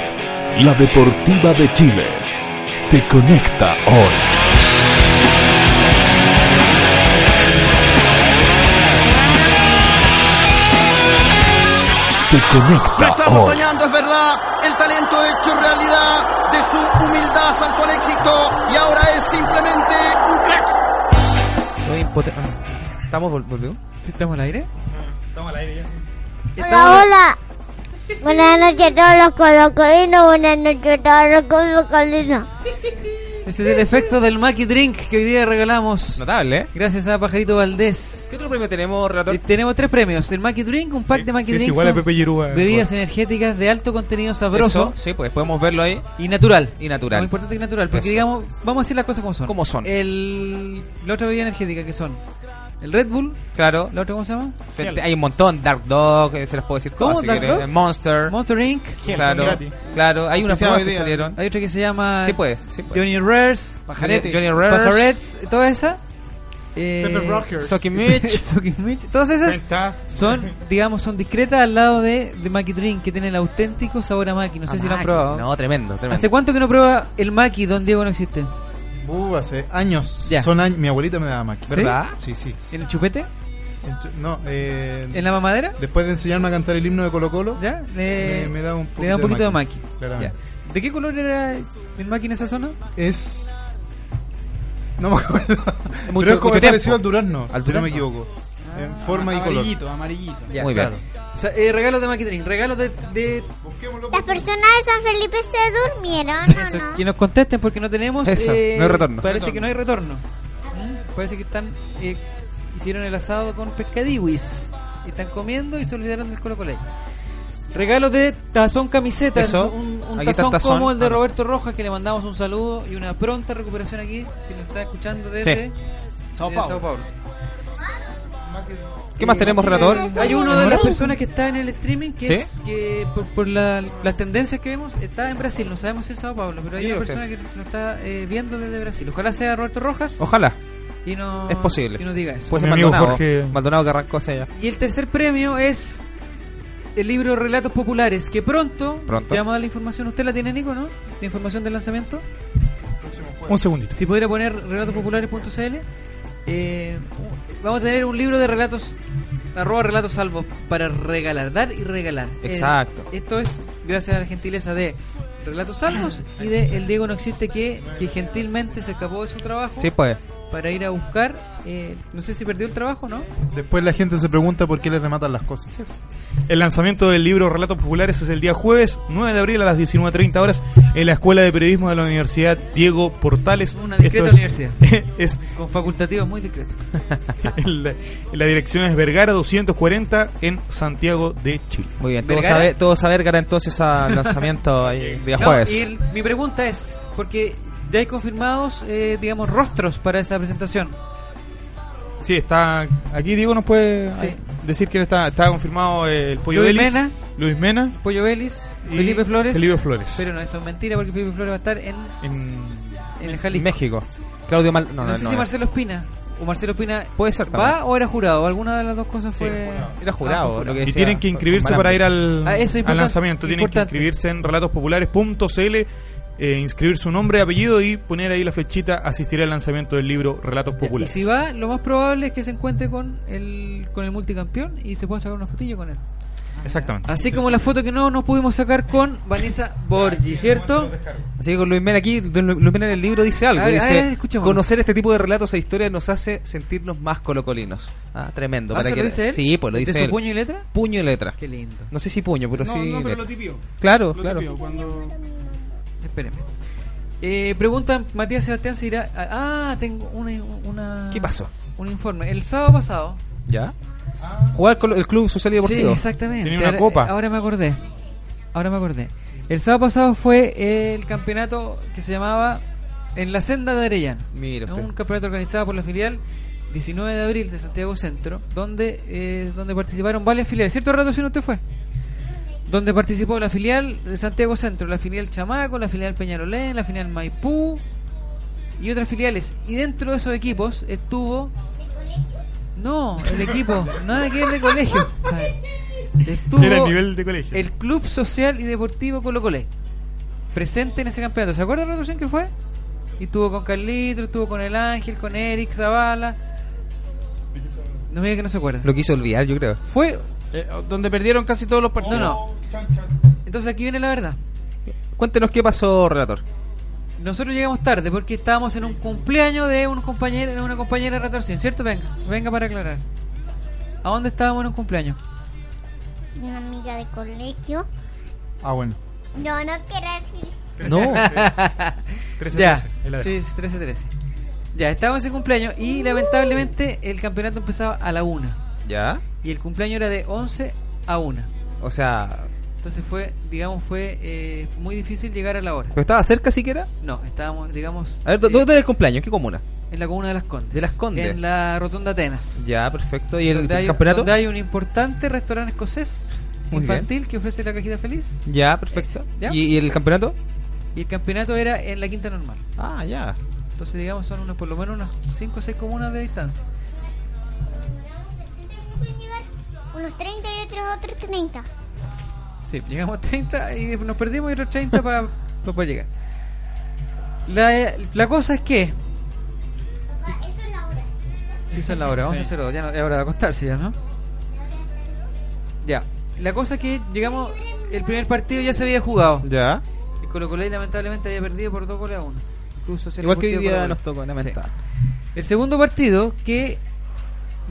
la deportiva de Chile. Te conecta hoy. Te
No
conecta
estamos
hoy.
soñando, es verdad. El talento hecho realidad. De su humildad saltó al éxito y ahora es simplemente un crack.
Soy impoten- ah, ¿Estamos vol- volvimos?
¿Estamos al aire?
Estamos al aire ya.
Hola, hola. Buenas noches a todos los colocolinos. Buenas noches a todos los colocolinos.
Ese es el efecto del Maki Drink que hoy día regalamos.
Notable, ¿eh?
Gracias a Pajarito Valdés.
¿Qué otro premio tenemos, relator?
Eh, Tenemos tres premios: el Maki Drink, un pack de Maki
sí, es
Drinks,
igual a
son
Pepe Yerúa.
Bebidas energéticas de alto contenido
Eso,
sabroso.
sí, pues podemos verlo ahí.
Y natural.
Y
Lo
natural.
importante es que natural, porque
Eso.
digamos, vamos a decir las cosas como son.
Como son.
El, la otra bebida energética que son el Red Bull.
Claro.
¿La otra cómo se llama?
Te- te- Hay un montón. Dark Dog, eh, se los puedo decir
¿Cómo?
todas si
¿Dark
querés.
Dog?
Monster.
Monster Inc.
Claro, claro, hay unas
Se llama
pruebas que
hoy día.
salieron.
Hay otra que se llama
Sí puede, sí puede.
Johnny Rares,
Pajarete. Johnny Rares.
Pajarets, toda esa. Eh,
Pepper Rockers. Socky Mitch.
Socky Mitch, Todas esas son, digamos, son discretas al lado de, de Maki Drink, que tiene el auténtico sabor a Maki. No sé
Ah,
si lo han
Maki.
probado.
No, tremendo, tremendo.
¿Hace cuánto que no prueba el Maki, don Diego, no existe?
Uh, hace años.
Ya.
Son años. Mi abuelita me daba maqui.
¿Verdad?
Sí, sí.
¿En el chupete?
En tu- no, eh,
¿En la mamadera?
Después de enseñarme a cantar el himno de Colo Colo,
¿Ya?
me, me da un poquito,
le da un poquito de Maki.
Claramente.
Ya. ¿De qué color era el Maki en esa zona?
Es... No me acuerdo. Pero es como
mucho- mucho
es parecido
tiempo.
al durazno,
Al
si no
durazno.
me equivoco. en forma y color.
Ah, amarillito, amarillito.
Ya,
Muy bien.
Sa- eh, regalos de Maki Drink, regalos de... de-
Las personas de San Felipe se durmieron, ¿o no?
que nos contesten porque no tenemos... eh,
Eso, no hay retorno.
Parece
Retorno.
que no hay retorno. ¿Mm? Parece que están... eh, hicieron el asado con pescadiwis. Y Están comiendo y se olvidaron del Colo Colo. Regalos de tazón camiseta.
Eso.
Un, un
Aquí está
tazón,
el tazón.
como el de
Ah, no.
Roberto Rojas, que le mandamos un saludo y una pronta recuperación aquí, si lo está escuchando desde...
Sí.
Sao
de
Paulo.
Sao Paulo.
¿Qué más tenemos, relator?
Hay uno de las personas que está en el streaming que
¿Sí?
es que por, por la- las tendencias que vemos está en Brasil, no sabemos si es Sao Paulo, pero hay
Mira
una
usted.
persona que nos está eh, viendo desde Brasil. Ojalá sea Roberto Rojas
Ojalá.
y no
Es posible.
y nos diga eso.
Puede ser
Mi amigo
Maldonado.
Jorge-
Maldonado que arrancó hacia allá.
Y el tercer premio es el libro Relatos Populares, que pronto,
Pronto.
te vamos a dar la información. ¿Usted la tiene, Nico, no? ¿La información del lanzamiento?
Un segundito.
Si pudiera poner relatopopulares.cl, eh, vamos a tener un libro de relatos, arroba relatos salvos, para regalar, dar y regalar. Eh,
Exacto.
esto es gracias a la gentileza de Relatos Salvos y de El Diego No Existe, que, que gentilmente se escapó de su trabajo
Sí, pues.
para ir a buscar. eh, no sé si perdió el trabajo, ¿no?
Después la gente se pregunta por qué le rematan las cosas.
El lanzamiento del libro Relatos Populares es el día jueves 9 de abril a las 19.30 horas en la Escuela de Periodismo de la Universidad Diego Portales.
Una discreta
Esto es-
universidad.
es-
Con facultativos muy discretos.
en la, en la dirección es Vergara 240 en Santiago de Chile.
Muy bien, todo saber, todo saber cara entonces al lanzamiento ahí, día
No,
jueves.
y el- mi pregunta es, porque ya hay confirmados, eh, digamos, rostros para esa presentación.
Sí, está. Ah, Aquí Diego nos puede
Sí.
ay, decir quién está. Está confirmado eh, el Pollo
Luis
Vélez,
Mena.
Luis Mena.
Pollo Vélez,
Y
Felipe Flores.
Felipe Flores. Ah,
Pero no, eso es mentira porque Felipe Flores va a estar en,
en,
el Jalisco.
México. Claudio Mal. No,
No,
no,
sé
no,
si
no.
Marcelo Espina. O Marcelo Espina.
Puede ser también.
¿Va o era jurado? Alguna de las dos cosas fue.
Era jurado,
Ah, fue
lo que
pues, y
decía,
tienen que
con-
inscribirse
con
para
Malambo.
ir al,
Ah, eso es
al
importante,
lanzamiento. Tienen
importante.
que inscribirse en relatospopulares.cl, eh, inscribir su nombre, apellido y poner ahí la flechita, asistir al lanzamiento del libro Relatos
Y
Populares.
si va, lo más probable es que se encuentre con el, con el multicampeón y se pueda sacar una fotillo con él.
Exactamente.
Así como la foto que no nos pudimos sacar con Vanessa Borgi, ¿cierto?
Así que con Luis Mena aquí, Don Lu- Luis Mena en el libro dice algo.
A ver,
dice,
a ver, escuchemos.
conocer este tipo de relatos e historias nos hace sentirnos más colocolinos. Ah, tremendo.
Ah, ¿eso
que-
lo dice él?
Sí, pues lo
¿De
dice
su
él.
puño y letra?
Puño y letra.
Qué lindo.
No sé si puño, pero
No,
sí.
no, pero
letra.
lo tipió.
Claro,
Lo
claro.
tipió cuando- Espéreme. Eh, pregunta Matías Sebastián si irá. a- Ah, tengo una, una-
¿Qué pasó?
Un informe. El sábado pasado.
¿Ya?
Ah.
Jugar con lo- el Club Social y Deportivo.
Sí, exactamente.
Tenía una
Ahora-
copa.
Ahora me acordé. Ahora me acordé. El sábado pasado fue el campeonato que se llamaba En la Senda de Arellano.
Mira usted.
Un campeonato organizado por la filial 19 de abril de Santiago Centro, donde eh, donde participaron varias filiales. ¿Cierto, Rato, si no usted fue? Donde participó la filial de Santiago Centro, la filial Chamaco, la filial Peñarolén, la filial Maipú y otras filiales. Y dentro de esos equipos estuvo... No, el equipo, nada que ver de colegio. Estuvo
Era el nivel de colegio.
el Club Social y Deportivo Colo Colo presente en ese campeonato. ¿Se acuerdan la rotación que fue? Y estuvo con Carlito, estuvo con El Ángel, con Eric Zavala. No me diga que no se acuerda.
Lo quiso olvidar, yo creo.
Fue
Eh, donde perdieron casi todos los partidos.
No, no. Entonces aquí viene la verdad.
Cuéntenos qué pasó, relator.
Nosotros llegamos tarde porque estábamos en un cumpleaños de un compañero, de una compañera de Ratorcín, ¿cierto? Venga, venga para aclarar. ¿A dónde estábamos en un cumpleaños?
De una amiga de colegio.
Ah, bueno.
No, no quiero decir.
No.
13-13,
ya.
es la verdad.
Sí, es 13-13. Ya, estábamos en cumpleaños y lamentablemente el campeonato empezaba a la una.
¿Ya?
Y el cumpleaños era de 11 a 1.
O sea,
Entonces fue, digamos, fue eh, fue muy difícil llegar a la hora.
¿pero estaba cerca siquiera?
No, estábamos, digamos,
A ver, ¿dó- ¿dónde era el cumpleaños? ¿En qué comuna?
en la comuna de Las Condes.
De Las Condes.
En la Rotonda Atenas.
Ya, perfecto. ¿Y el,
donde
el
hay,
campeonato?
donde hay un importante restaurante escocés
Muy bien.
infantil que ofrece la cajita feliz.
Ya, perfecto.
Eso, ya.
¿Y, y el campeonato?
Y el campeonato era en la quinta normal.
Ah, ya.
Entonces, digamos, son unos, por lo menos unas 5 o 6 comunas de distancia.
Unos 30 y otros otros 30.
Sí, llegamos a 30 y nos perdimos y otros 30 para poder llegar. La, la cosa es que.
Eso es la hora.
Sí, esa es la hora, vamos a hacer dos, ya no- es hora de acostarse ya, ¿no? Ya. La cosa es que llegamos, el primer partido ya se había jugado.
Ya.
El Colo Colo lamentablemente había perdido por 2 goles a 1.
Igual que hoy día nos tocó, lamentable.
El segundo partido que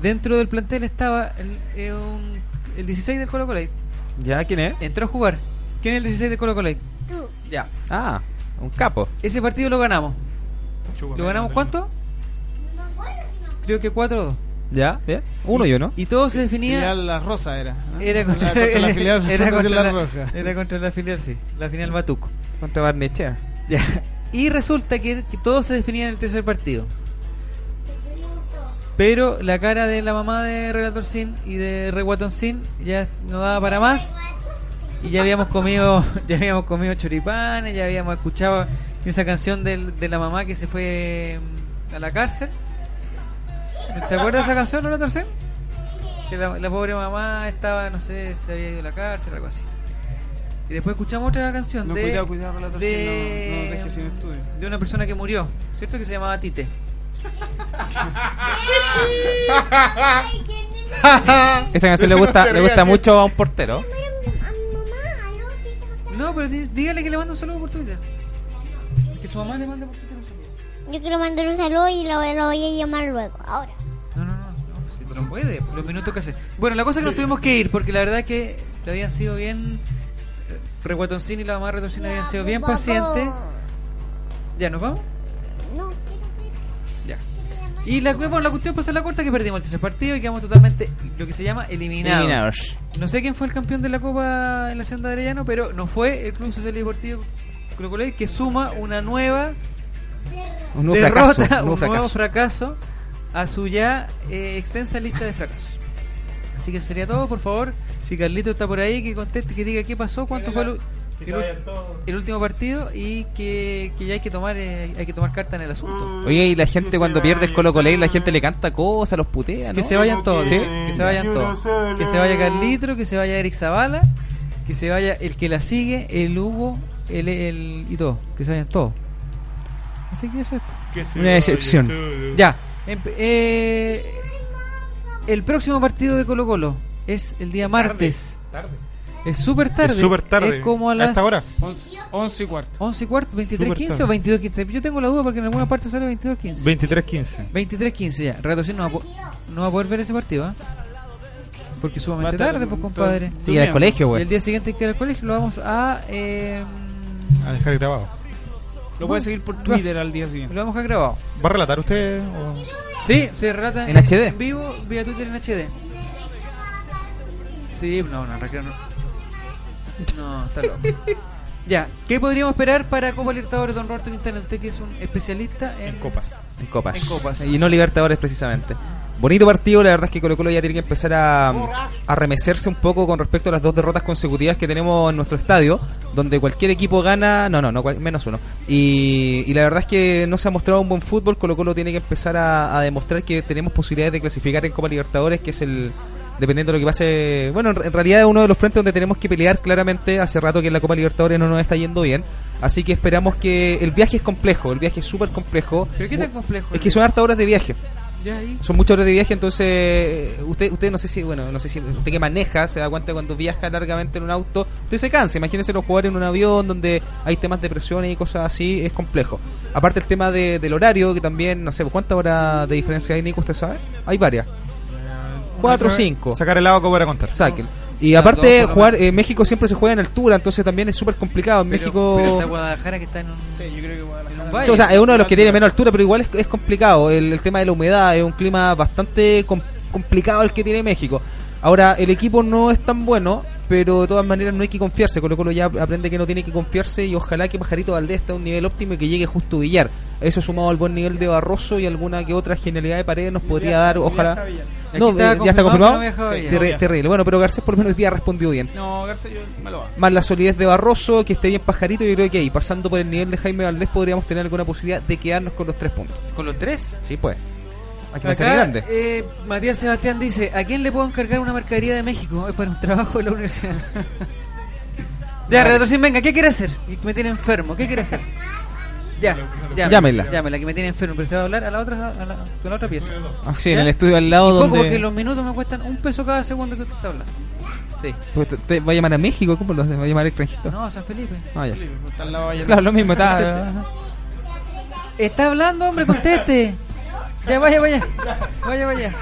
dentro del plantel estaba el, eh, un- el 16 del Colo Colo.
¿Ya quién es?
Entró a jugar. ¿Quién es el 16 del Colo Colo?
Tú.
Ya.
Ah, un capo.
Ese partido lo ganamos. ¿Lo ganamos cuánto? Creo que 4 o 2.
Ya, bien. Uno y uno.
Y todo se definía.
Filial La Rosa era. ¿no?
Era contra,
Era contra la filial
era
Rosa
contra
La
la-
Roja.
era contra la filial, sí. La final Batuco.
Contra Barnechea.
Ya. Y resulta que, que todo se definía en el tercer partido. Pero la cara de la mamá de Relator Sin y de Reguatón Sin ya no daba para más. Y ya habíamos comido, ya habíamos comido choripanes, ya habíamos escuchado esa canción del- de la mamá que se fue mm, a la cárcel. ¿Se acuerda de esa canción, Relator Sin? Que la, la pobre mamá estaba, no sé, se había ido a la cárcel, algo así. Y después escuchamos otra canción
No,
de,
cuidado, cuidado, Relator Sin,
de-
no- no nos dejes sin estudio.
de una persona que murió, ¿cierto? Que se llamaba Tite.
Ay, ¿quién es?
Esa canción le gusta, le gusta mucho a un portero.
A mi mamá, aló, sí,
No, pero dí- dígale que le mando un saludo por Twitter. Que su mamá le manda por Twitter un saludo.
Yo quiero mandar un saludo y lo, lo voy a llamar luego. Ahora.
No puede, los minutos que hace. Bueno, la cosa es que nos tuvimos que ir, porque la verdad que te habían sido bien. eh, Reguatoncín y la mamá Retorcina habían sido bien
pues, Vamos.
pacientes. ¿Ya nos vamos?
No,
Ya. Y la, bueno, la cuestión pasó la corta que perdimos el tercer partido y quedamos totalmente lo que se llama eliminados.
Eliminados.
No sé quién fue el campeón de la Copa en la Hacienda de Arellano, pero no fue el Club Social y Deportivo Colocolay que suma una nueva
Un nuevo
derrota,
fracaso, un nuevo
un nuevo
fracaso.
fracaso a su ya eh, extensa lista de fracasos. Así que eso sería todo, por favor. Si Carlito está por ahí, que conteste, que diga qué pasó, cuánto fue el,
Que
el-
se vayan todos.
el último partido y que, que ya hay que tomar eh, hay que tomar carta en el asunto.
Oye, y la gente cuando pierde el Colo Colo, la gente le canta cosas, los putea.
Que
¿no?
se vayan todos,
¿Sí?
dice, que se vayan todos. Que se vaya Carlitro, que se vaya Eric Zavala, que se vaya el que la sigue, el Hugo, el, el y todo, que se vayan todos. Así que eso es
Que se
una
vaya
excepción.
todo.
Ya, empe- eh, el próximo partido de Colo Colo es el día martes.
Tarde.
Es súper tarde.
Es súper tarde.
Es como a
¿A
las
esta hora?
11 y cuarto.
11 y cuarto, 23.15
tarde.
o 22.15. Yo tengo la duda porque en alguna parte sale 22.15.
23-15.
23-15 ya. Ratocín no va, a po- no va a poder ver ese partido, ¿ah? Porque
Va
es
a
sumamente
estar
tarde, pues,
todo-
compadre.
Y ir al colegio, güey.
Y el día siguiente hay que ir al colegio lo vamos a... eh,
A dejar grabado.
Lo puedes seguir por Twitter al día siguiente.
Lo vamos a grabado.
¿Va a relatar usted? o-
Sí, se relata
¿En HD?
vivo vía Twitter en HD. Sí, no, no, en recreo no. No, está loco. ya, ¿qué podríamos esperar para Copa Libertadores, don Roberto Quintana? Usted que es un especialista en...
copas.
En copas.
En copas.
Y no Libertadores precisamente. Bonito partido, la verdad es que Colo Colo ya tiene que empezar a a remecerse un poco con respecto a las dos derrotas consecutivas que tenemos en nuestro estadio, donde cualquier equipo gana, no, no, no cual- menos uno. Y, y la verdad es que no se ha mostrado un buen fútbol, Colo Colo tiene que empezar a, a demostrar que tenemos posibilidades de clasificar en Copa Libertadores, que es el, dependiendo de lo que pase, bueno, en, en realidad es uno de los frentes donde tenemos que pelear claramente, hace rato que en la Copa Libertadores no nos está yendo bien, así que esperamos que el viaje es complejo, el viaje es súper complejo.
¿Pero qué tan complejo?
Es que son hartas horas de viaje.
Ya ahí.
Son muchas horas de viaje, entonces usted, usted no sé si, bueno, no sé si usted que maneja se da cuenta cuando viaja largamente en un auto, usted se cansa. Imagínese los jugadores en un avión donde hay temas de presiones y cosas así, es complejo. Aparte el tema de- del horario, que también, no sé, ¿cuántas horas de diferencia hay, Nico? ¿Usted sabe? Hay varias. Cuatro
otra
o
vez,
cinco.
Sacar el agua para contar.
Saquen. Y
Las dos
aparte,
por lo
jugar eh, México siempre se juega en altura, entonces también es súper complicado. En
Pero-
México.
Pero está Guadalajara que está en un... Sí,
yo creo que
Guadalajara... En un
Sí,
valle.
o sea, es uno de los que tiene menos altura, pero igual es, es complicado. El, el tema de la humedad es un clima bastante com- complicado el que tiene México. Ahora, el equipo no es tan bueno, pero de todas maneras no hay que confiarse. Colo Colo ya aprende que no tiene que confiarse y ojalá que Pajarito Valdés esté a un nivel óptimo y que llegue justo Villar. Eso sumado al buen nivel de Barroso y alguna que otra genialidad de pared nos podría dar, ojalá.
Aquí
No,
está
eh, ya está
confirmado que
confirmado.
no viaja
Sí,
Villar.
terri-
No
terrible. Bueno, pero Garcés por lo menos hoy día ha respondido bien
No, García, yo me lo hago.
más la solidez de Barroso, que esté bien pajarito, yo creo que ahí, pasando por el nivel de Jaime Valdés, podríamos tener alguna posibilidad de quedarnos con los tres puntos.
¿Con los tres?
Sí, pues. Hay que
Acá,
pensar en grande.
eh, Matías Sebastián dice, ¿a quién le puedo encargar una mercadería de México? Es para un trabajo de la universidad. ya,
Vale.
Retrocin, venga, ¿qué quiere hacer? Me tiene enfermo, ¿qué quiere hacer? Ya, llámela,
Llámela.
Llámela, que me tiene enfermo, pero se va a hablar a la otra, a la- con la otra pieza.
Ah, sí, en
¿Ya?
el estudio al lado
Y poco,
donde-
porque los minutos me cuestan un peso cada segundo que usted está hablando. Sí.
Pues te, te va a llamar a México, ¿cómo lo hace? ¿Va a llamar a extranjero?
No, San Felipe.
Ah, ya.
Felipe, está al lado de Valladolid.
Claro, lo mismo, está-
Conteste. Está hablando, hombre, conteste. Ya, vaya, vaya. Vaya, vaya.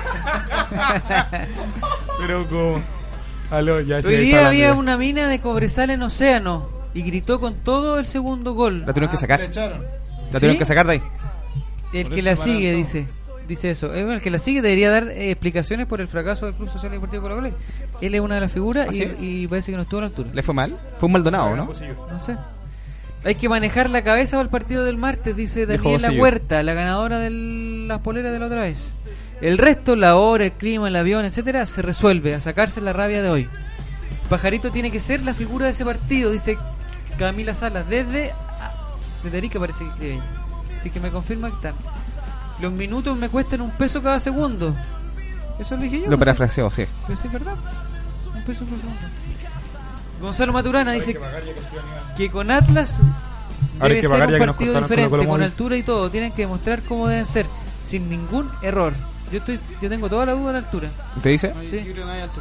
Pero como. Aló, ya sí,
Hoy
ahí
día
está la
había
amiga.
una mina de cobresal en océano y gritó con todo el segundo gol.
La tuvieron que sacar. Ah, La
¿Sí?
tuvieron que sacar de ahí.
El
Por
que
eso
la
pararon
sigue,
todo.
dice. Dice eso. Eh, bueno, el que la sigue debería dar eh, explicaciones por el fracaso del Club Social y Deportivo Colo Colo. Él es una de las figuras
¿Ah,
y,
sí?
y parece que no estuvo a la altura.
¿Le fue mal? Fue un Maldonado, ¿no?
No sé. Hay que manejar la cabeza para el partido del martes, dice
Dejó
Daniela
Bosillo.
Huerta, la ganadora de las poleras de la otra vez. El resto, la hora, el clima, el avión, etcétera, se resuelve a sacarse la rabia de hoy. Pajarito tiene que ser la figura de ese partido, dice Camila Salas, desde, ah, desde Arica parece que escribe ella. Así que me confirma que están. Los minutos me cuestan un peso cada segundo. Eso lo dije yo.
Lo
¿no?
parafraseó, sí.
Pero sí es verdad. Un peso por segundo. Gonzalo Maturana dice que con Atlas
Ahora hay
debe
que
ser
pagar ya
un
que nos
partido
cortaron con
diferente,
Colo Colo
con
Móvil.
altura y todo. Tienen que demostrar cómo deben ser, sin ningún error. Yo, estoy, yo tengo toda la duda de la altura.
¿Te dice?
Sí.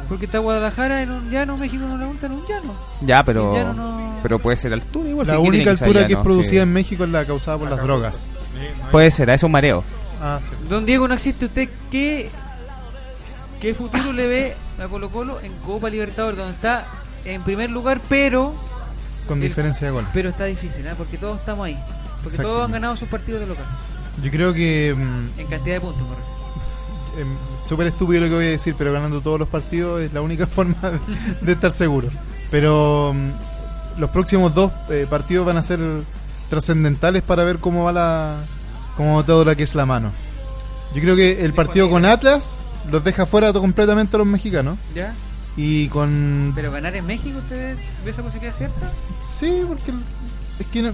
Porque está Guadalajara en un llano, México en una montaña, en un llano.
Ya, pero.
Ya no, no.
Pero puede ser altura igual.
La
sí, tiene
única
ser
altura
ya,
que es
¿no?
producida
Sí.
en México es la causada por las drogas.
Pues-
Puede ser, a eso es un mareo.
Ah, sí.
Don Diego, no existe usted. ¿Qué, qué futuro le ve a Colo Colo en Copa Libertadores, donde está en primer lugar, pero
Con diferencia de gol.
pero está difícil, ¿ah? porque todos estamos ahí. Porque
Exacto.
todos han ganado sus partidos de local.
Yo creo que. mm,
En cantidad de puntos, me refiero.
em, súper estúpido lo que voy a decir, pero ganando todos los partidos es la única forma de, de estar seguro. Pero mm, los próximos dos eh, partidos van a ser trascendentales para ver cómo va la cómo va toda la que es la mano. Yo creo que el partido con Atlas los deja fuera to- completamente a los mexicanos
¿Ya?
y con
Pero ganar en México, ¿usted ve esa posibilidad cierta?
Sí, porque es que no,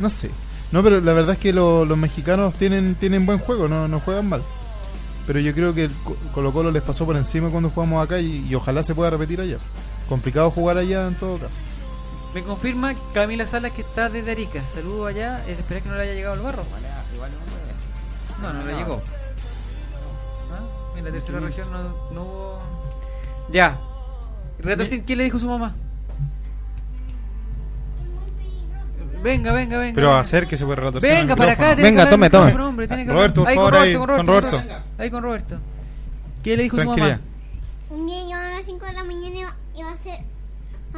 no sé. No, pero la verdad es que lo- los mexicanos tienen tienen buen juego, no, no juegan mal. Pero yo creo que el Co- Colo Colo les pasó por encima cuando jugamos acá y, y ojalá se pueda repetir allá. Complicado jugar allá en todo caso.
Me confirma Camila Salas que está desde Arica. Saludos allá. Es de esperar que no le haya llegado el barro. No, no le llegó. Ah, En la tercera región no, no hubo. Ya. Retorcín, ¿qué le dijo su mamá? Venga, venga, venga.
Pero
venga.
hacer que
pues,
se puede relatar.
Venga, para acá. tiene que hablar el micrófono, hombre, tiene que
Roberto, por
hablar.
favor, ahí,
con Roberto, con Roberto. Ahí con Roberto. ¿Qué le dijo su
Tranquilidad.
mamá?
Un día yo a las 5 de la mañana iba, iba a ser.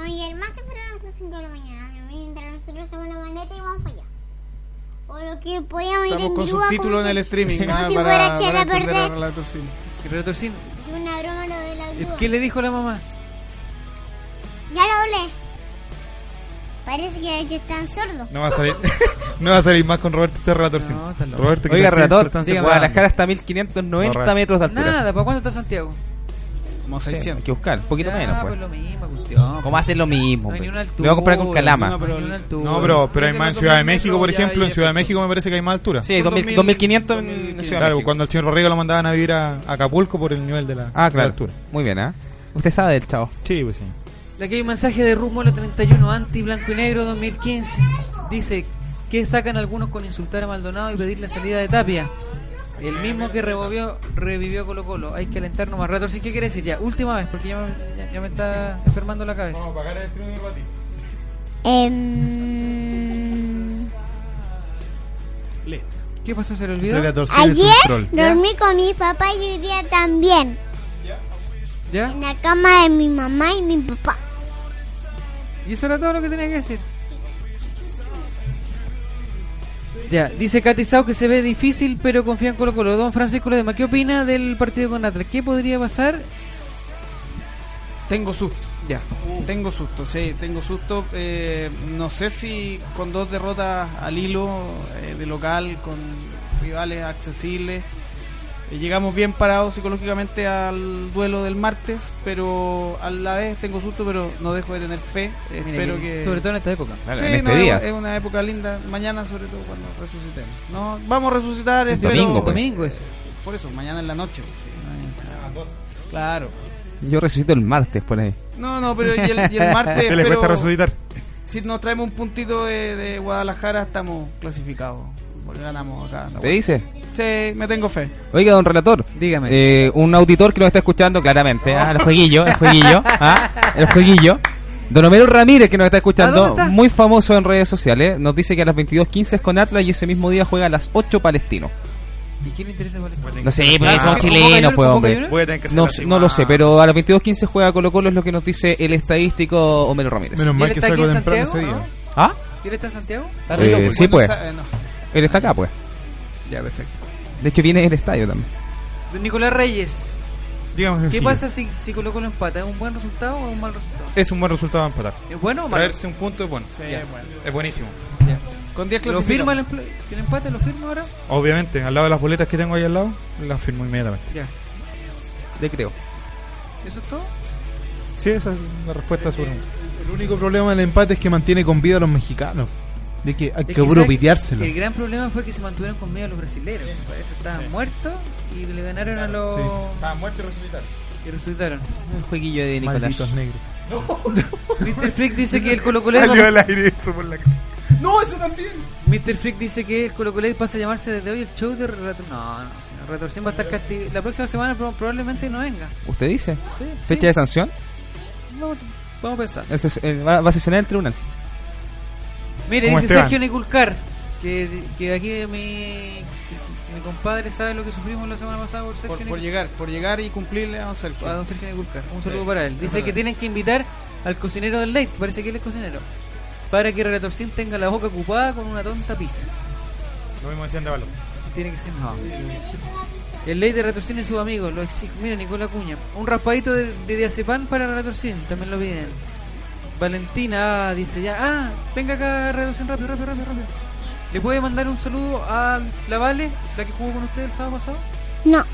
Oye, el más temprano a las 5 de la mañana. Mientras nosotros hacemos la maleta y vamos para allá. O lo que podíamos ir en
Estamos con
grúa.
subtítulo
como
en
si-
el streaming.
Como
ah,
si
para-
fuera echar
para
a
entender a
perder.
Relator Cine.
Retorcín,
Es una broma lo de la grúa.
¿qué le dijo la mamá?
Ya lo hablé. Parece que, que están sordos.
No va a salir, no va a salir más con Roberto este relator. sin- Roberto, que
Oiga,
está-
relator,
está-
dígame,
está-
Guadalajara está a 1590
Correcto.
metros de altura.
Nada, ¿para cuándo está Santiago?
Como
600.
Hay que buscar, un poquito
Ya,
menos.
pues
Pues.
lo mismo, cuestión.
¿Cómo hacer lo mismo?
No
pues?
hay ni una
Lo voy a comprar con
altura,
calama.
no, pero- Hay una altura.
No, pero, pero hay más en Ciudad de México, por ejemplo. En Ciudad de México me parece que hay más altura.
Sí, hay 2000, 2500 en en Ciudad de
Claro,
México.
cuando al señor Barriga lo mandaban a vivir a a Acapulco por el nivel de la, de
Ah,
la
claro.
altura.
Muy bien, ¿ah? Usted sabe del chavo.
Sí, pues sí.
Aquí hay un mensaje de Rumbo a la 31 anti blanco y negro 2015. Dice que sacan algunos con insultar a Maldonado y pedir la salida de Tapia. El mismo que revivió, revivió a Colo Colo. Hay que alentarnos más rato. ¿Sí? ¿Qué quiere decir? Ya, última vez, porque ya me, ya- ya me está enfermando la cabeza. Vamos
a pagar el
Em,
¿Qué pasó? ¿Se le olvidó?
ayer dormí con mi papá y hoy día también.
¿Ya?
En la cama de mi mamá y mi papá.
Y eso era todo lo que tenía que decir. Ya, dice Katy Sao que se ve difícil, pero confía en Colo Colo. Don Francisco Ledema, ¿qué opina del partido con Atlas? ¿Qué podría pasar?
Tengo susto.
Ya.
Tengo susto, sí, tengo susto. Eh, no sé si con dos derrotas al hilo eh, de local, con rivales accesibles, eh, llegamos bien parados psicológicamente al duelo del martes, pero a la vez tengo susto, pero no dejo de tener fe. Espero
que-
que...
Eh, sobre todo en esta época. Claro,
Sí,
en este
no,
día.
Es una época linda, mañana sobre todo cuando resucitemos. No, vamos a resucitar,
El
espero-
domingo, pues. Domingo eso.
Por eso, mañana en la noche. pues, sí, mañana. Claro.
Yo resucito el martes por ahí.
No, no, pero y el, y el martes.
¿Te le
espero-
cuesta resucitar?
Si nos traemos un puntito de, de Guadalajara, estamos clasificados. Porque ganamos acá.
¿Te dice?
Sí, me tengo fe.
Oiga, don relator. Eh,
Dígame.
un auditor que nos está escuchando claramente. ah, El jueguillo, el jueguillo. ah, el jueguillo. Don Homero Ramírez, que nos está escuchando, muy famoso en redes sociales, nos dice que a las 22.15 es con Atlas y ese mismo día juega a las 8 Palestino.
¿Y quién le interesa Palestino?
No
Ah,
sé, porque son chilenos, pues, hombre. No, no lo sé, pero a las 22.15 juega Colo Colo, es lo que nos dice el estadístico Homero Ramírez.
Menos mal que saco temprano ese día.
¿Ah?
¿Y él está en Santiago?
Eh, sí, pues.
Eh, no.
Él está acá, pues.
Ya, perfecto.
De hecho, viene del estadio también.
Don Nicolás Reyes.
Dígame,
¿Qué
Gil.
pasa si, si Colo Colo empata? ¿Es un buen resultado o es un mal resultado?
Es un buen resultado empatar.
¿Es bueno o malo?
Traerse un punto es bueno.
Sí,
Ya.
es bueno.
Es buenísimo.
Ya.
Con 10
¿Lo firma el, emple- el empate? ¿Lo firma ahora?
Obviamente, al lado de las boletas que tengo ahí al lado, las firmo inmediatamente.
Ya.
Le creo.
¿Eso es todo?
Sí, esa es la respuesta a su pregunta.
El único problema del empate es que mantiene con vida a los mexicanos. De que hay
Es
que
quizá
europiteárselo.
El gran problema fue que se mantuvieron con miedo a los brasileños. Para eso estaban muertos y le ganaron a los.
Sí. Estaban muertos y resucitaron.
Y resucitaron.
Un jueguillo de
Malditos negros.
Mr. Flick dice que el Colo Colo
Salió al aire eso por la cara.
No, eso también. Mr. Freak dice que el Colo Colo pasa a llamarse desde hoy el show de Relator. No, no, señor. Retorsión va
Eh.
a estar castigado. La próxima semana pro- probablemente no venga.
¿Usted dice?
Sí,
¿Fecha
sí.
de sanción?
No, vamos a pensar.
El ses- el- va, va a sesionar el tribunal.
Mire,
Como
dice
Esteban.
Sergio Niculcar que, que aquí mi, mi compadre sabe lo que sufrimos la semana pasada por Sergio
Por, por
Niculcar.
llegar, por llegar y cumplirle a don Sergio.
A don Sergio Neculcar. Un saludo
Sí,
para él.
es
Dice que
verdad.
tienen que invitar al cocinero del late, parece que él es cocinero, para que Relatorcín tenga la boca ocupada con una tonta pizza.
Lo mismo decían de Balón.
Tiene que ser no. El ley de Relatorcín y sus amigos lo exijo. Mira, Nicola Cuña. Un raspadito de, de diazepam para Relatorcín, también lo piden. Valentina ah, dice ya, ah, venga acá Relatorcín rápido, rápido, rápido, rápido. ¿Le puede mandar un saludo a la Vale, la que jugó con usted el sábado pasado?
No.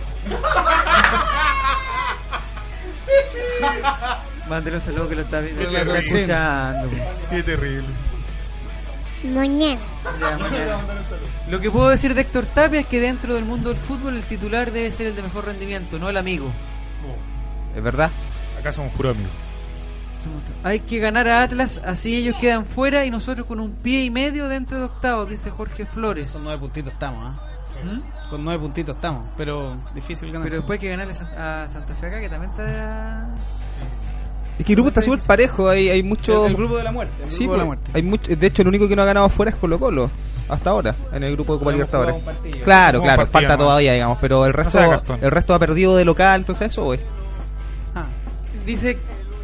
Mándele un saludo que lo está, viendo,
Qué
que lo está
terrible.
escuchando.
Qué terrible.
Mañana.
Ya, mañana. Lo que puedo decir de Héctor Tapia es que dentro del mundo del fútbol el titular debe ser el de mejor rendimiento, no el amigo.
¿Es verdad?
Acá somos puro amigos.
Hay que ganar a Atlas, así ellos quedan fuera y nosotros con un pie y medio dentro de octavos, dice Jorge Flores.
Con nueve puntitos estamos, ¿ah? Con nueve puntitos estamos, pero difícil ganar.
¿Mm? Pero después hay que ganarle a Sant- a Santa Fe acá, que también está...
Es que el grupo está súper parejo, hay, hay mucho...
El- el grupo de la muerte, el
Sí,
grupo de la
pues,
muerte.
Hay mucho, de hecho, el único que no ha ganado fuera es Colo Colo, hasta ahora, en el grupo de Copa
Pero hemos
Libertadores.
jugado un partido.
Claro,
Hemos
claro,
partido,
falta
¿no?
todavía, digamos, pero el resto,
sea Gastón.
el resto ha perdido de local, entonces eso, güey.
Dice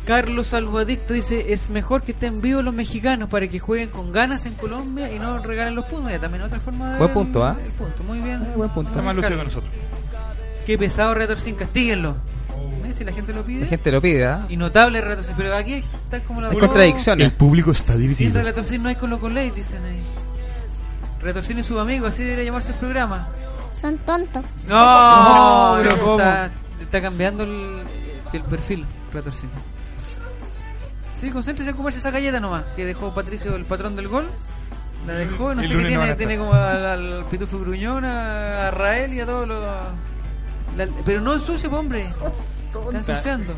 Carlos Salvadicto, dice, es mejor que estén vivos los mexicanos para que jueguen con ganas en Colombia y no regalen los puntos. Ya, también otra forma de...
Buen
ver
punto,
el-
¿ah?
el punto. Muy bien.
buen punto.
Está más lucido que nosotros.
Qué pesado Retorcín, castíguenlo. ¿Ves? Si la gente lo pide.
La gente lo pide, ¿ah?
Y notable Retorcín, pero aquí están como la...
Hay contradicciones.
público está
Sin Retorcín no hay Colo Colo Ley, dicen ahí. Retorcín y sus amigos, así debería llamarse el programa.
Son tontos.
No,
No, pero ¿cómo?
está, está cambiando el, el perfil, Retorcín. Sí, concéntrese en comerse esa galleta nomás, que dejó Patricio, el patrón del gol. La dejó, no
El
sé qué
lunes no van
tiene,
a
tiene
estar.
como al, al Pitufo Gruñón, a, a Rael y a todos los... la- pero no ensucie, po, hombre. Está ensuciando.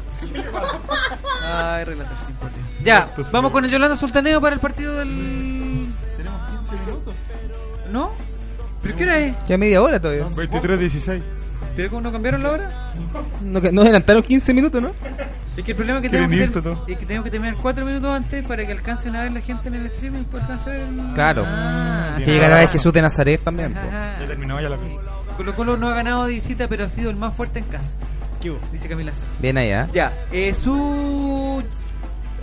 Ay, relator simpático. Ya, vamos con el Yolanda Sultaneo para el partido del... Tenemos 15 minutos. ¿No? ¿Pero qué hora es?
Ya media hora todavía.
23-16.
¿Pero cómo no cambiaron la hora?
No, no adelantaron 15 minutos, ¿no?
Es que el problema es que
Quieren
tenemos que,
irse
ter- es que tenemos que terminar cuatro minutos antes para que alcancen a ver la gente en el streaming por alcanzar el...
Claro.
Ah,
que
claro.
llegará de Jesús de Nazaret también. po.
Ajá.
ya la
Colo Colo no ha ganado de visita, pero ha sido el más fuerte en casa. Dice Camila. Sá.
Bien allá. ¿eh?
Ya, eh, su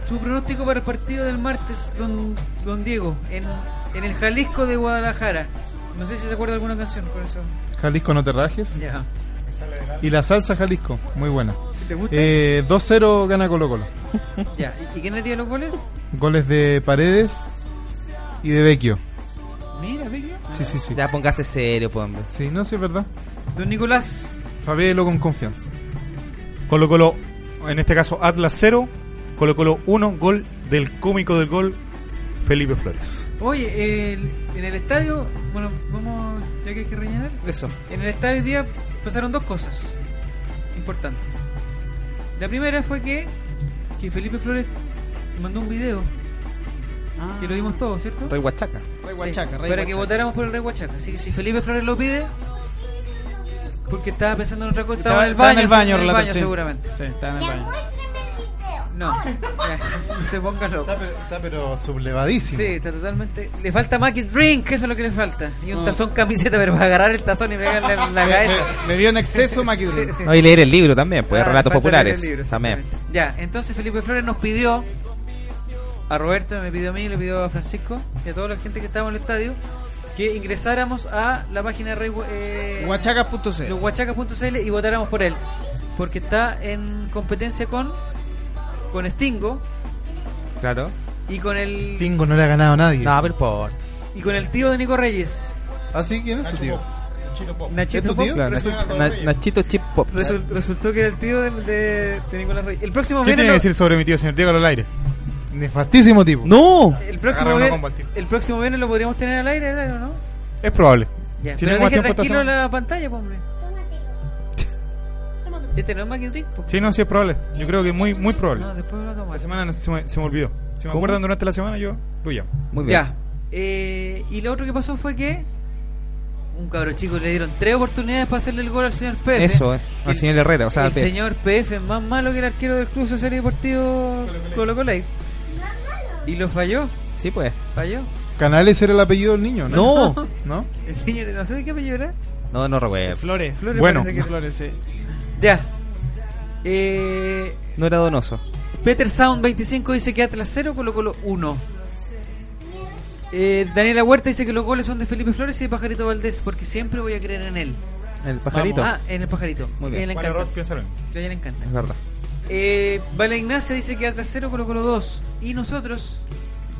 su pronóstico para el partido del martes, don, don Diego, en, en el Jalisco de Guadalajara. No sé si se acuerda de alguna canción, por eso.
Jalisco no te rajes.
Ya.
Y la salsa Jalisco, muy buena.
Si te gusta.
Eh, 2-0 gana Colo Colo.
Ya. ¿Y, y quién haría los goles?
Goles de Paredes y de Vecchio.
Mira, Vicky.
Sí, sí, sí.
Ya póngase serio, po, hombre.
Sí, no, sí es verdad.
Don Nicolás.
Fabelo con confianza.
Colo Colo, en este caso Atlas 0, Colo Colo 1, gol del cómico del gol, Felipe Flores.
Oye, el- en el estadio, bueno, vamos, ya que hay que rellenar.
Eso.
En el estadio hoy día pasaron dos cosas importantes. La primera fue que, que Felipe Flores mandó un video, que lo vimos todos, ¿cierto?
Rey Huachaca.
Rey
Sí,
Huachaca, Rey
para que
Huachaca.
votáramos por el Rey Huachaca. Así que si Felipe Flores lo pide, porque estaba pensando en otra cosa,
Estaba, estaba
estaba,
en el baño,
en el
relator,
baño
sí.
seguramente.
Sí, estaba en el baño.
No, ya, no se ponga loco.
Está pero sublevadísimo.
Sí, está totalmente. Le falta Magic Drink, eso es lo que le falta. Y
Mm.
un tazón camiseta, pero para agarrar el tazón y pegarle en la
Me-
cabeza.
me- me dio en exceso Magic
Sí.
Drink.
No, y leer el libro también, pues,
Ah,
relatos
falta leer el
populares.
libro,
también.
Ya, entonces Felipe Flores nos pidió, a Roberto, me pidió a mí, le pidió a Francisco y a toda la gente que estaba en el estadio, que ingresáramos a la página de Rey Hua- eh,
Huachacas.cl.
los huachacas.cl y votáramos por él. Porque está en competencia con, con Stingo
Claro.
y con el
Tingo no le ha ganado a nadie.
No, pero por.
y con el tío de Nico Reyes.
¿Ah, sí? ¿Quién es su tío?
Nachito
¿Es tu
Pop,
tío?
Claro,
Resulta-
Na- Nachito Chip Pop.
Resul- resultó que era el tío de, de- de Nicolás Reyes. El próximo
¿Qué tiene
viernes.
que
lo-
decir sobre mi tío, señor Diego al aire?
Nefastísimo tipo.
¡No!
El próximo,
Agarra una
vier-
combo al tío.
el próximo viernes lo podríamos tener al aire, al aire, ¿o ¿no?
Es probable.
Ya,
Si
pero
tenemos
deje
tiempo esta
tranquilo
semana.
la pantalla, po, hombre. Este no es Mackie Drink, po.
Sí, no, sí es probable. Yo creo que muy, muy probable.
No, después lo
La
tomamos.
semana no- se me, se me olvidó. Si me
¿Cómo?
acuerdan durante la semana, yo lo llamo.
Muy bien.
Ya. Eh, y lo otro que pasó fue que un cabro chico le dieron tres oportunidades para hacerle el gol al señor PF.
Eso, eh, al
El-
señor Herrera, o sea,
el
al PF.
señor PF es más malo que el arquero del Club Social y Deportivo Colo Colo. Y lo falló.
Sí, pues.
Falló.
Canales era el apellido del niño, ¿no?
No.
¿No?
El niño, no sé de qué apellido era.
No, no recuerdo.
Flores, Flores
Bueno.
parece que Flores, sí.
Ya. Eh,
No era donoso.
Peter Sound 25 dice que Atlas 0, Colo Colo 1. Eh, Daniela Huerta dice que los goles son de Felipe Flores y de Pajarito Valdés, porque siempre voy a creer en él.
El pajarito.
Vamos. Ah, en el pajarito.
Muy bien.
Que le
Juan
encanta.
Arroz piensa lo mismo.
Que a ella le encanta.
Es verdad.
Eh, vale Ignacia dice que Atlas 0, Colo Colo 2. Y nosotros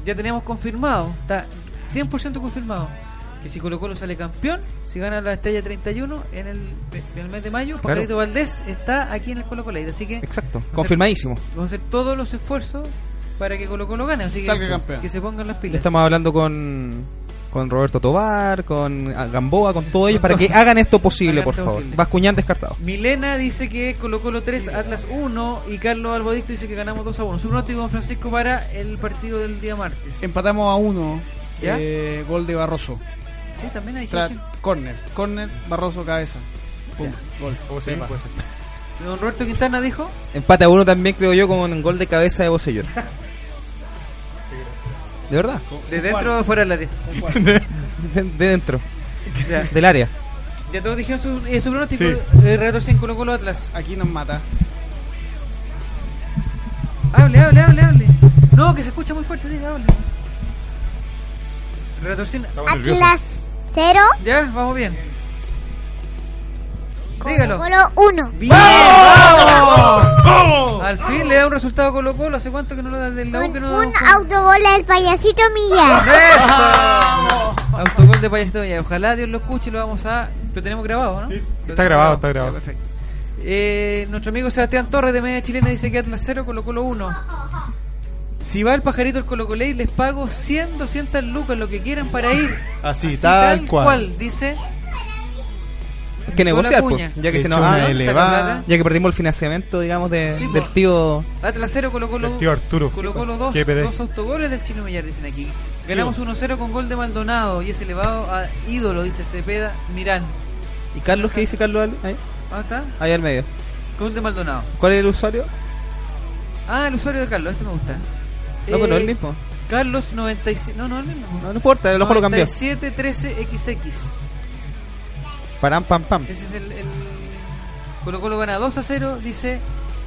ya teníamos confirmado, está 100% confirmado, que si Colo Colo sale campeón, si gana la estrella 31 en el, en el mes de mayo,
Claro.
Pajarito Valdés está aquí en el Colo Colo. Así que
Exacto. Confirmadísimo.
vamos a hacer todos los esfuerzos para que Colo Colo gane. Así que,
Salga campeón.
que se pongan las pilas.
Estamos hablando con, con Roberto Tobar, con ah, Gamboa, con todos ellos, para que hagan esto posible,
Hagan
por
esto
favor.
posible.
Bascuñán descartado.
Milena dice que Colo Colo 3, Atlas 1 y Carlos Albodicto dice que ganamos 2 a 1. Su pronóstico, don Francisco, para el partido del día martes.
Empatamos a uno.
¿Ya?
eh, gol de Barroso.
Sí, también hay
Tras,
gente.
corner, corner, Barroso cabeza. Pum, gol. Epa.
Don Roberto Quintana dijo.
Empate a uno también, creo yo, con un gol de cabeza de Bosellón. ¿De verdad?
¿De dentro o fuera del área?
De, de dentro.
Ya.
Del área.
Ya todos dijeron su, eh, su pronóstico.
Sí.
Eh, Reto 100 Colo Colo Atlas.
Aquí nos mata.
Hable, hable, hable, hable. No, que se escucha muy fuerte, diga, hable. Reto 100.
Atlas 0,
Ya, vamos bien. Dígalo.
Colo 1.
¡Bien! ¡Vamos! ¡Oh!
¡Oh!
Al fin le da un resultado a Colo Colo. ¿Hace cuánto que no lo da desde la U que no da
Un autogol del payasito Millán.
¡Eso! Autogol de Payasito Villar. Ojalá Dios lo escuche y lo vamos a. Lo tenemos grabado, ¿no? Lo
Está
tenemos
grabado, está grabado.
perfecto. Eh, nuestro amigo Sebastián Torres de Media Chilena dice que Atlas 0, Colo Colo 1. Si va el pajarito al Colo Colo, les pago 100, 200 lucas, lo que quieran para ir.
Así,
Así,
tal, cual.
dice.
Hay que
Nicolás
negociar,
Cuña.
pues, ya que se
Echa
nos
una
ah,
elevada.
saca plata. ya que perdimos el financiamiento, digamos, de,
Sí,
del
po.
tío.
Atlas 0, Colo Colo.
El tío Arturo. pues.
Colo Colo 2.
Qué pede.
Dos autogoles del Chino Millar, dicen aquí. Ganamos
Sí,
1-0 con gol de Maldonado y es elevado a ídolo, dice Cepeda Mirán.
¿Y Carlos qué dice Carlos al- ahí?
¿Ah, está?
Ahí al medio.
Gol de Maldonado.
¿Cuál es el usuario?
Ah, el usuario de Carlos, este me gusta. Eh,
No, pero no es el mismo.
Carlos 97. No, no es el mismo.
No, no importa, a lo mejor lo cambió.
97-13-XX.
Parán, pam, pam.
Ese es el, el- Colo Colo gana 2 a 0, dice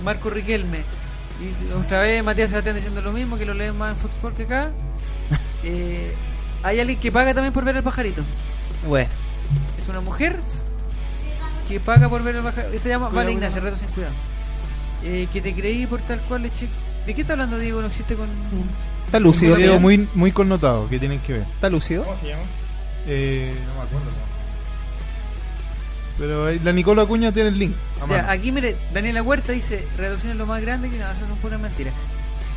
Marco Riquelme. Y otra vez Matías Sebastián diciendo lo mismo, que lo leen más en Football que acá. Eh, hay alguien que paga también por ver el pajarito.
Bueno.
Es una mujer que paga por ver el pajarito. Se llama
Cuidado,
Vale Ignacia,
cuidado.
reto sin cuidado. Eh, que te creí por tal cual, che. ¿De qué está hablando Diego? No existe con.
Está lúcido,
Un video
señor.
muy, muy connotado que tienen que ver.
¿Está lúcido?
Eh, no me acuerdo. Pero ahí la Nicola Acuña tiene el link. a
Ya,
mano.
aquí mire, Daniela Huerta dice, reducción es lo más grande que hacen son puras mentiras.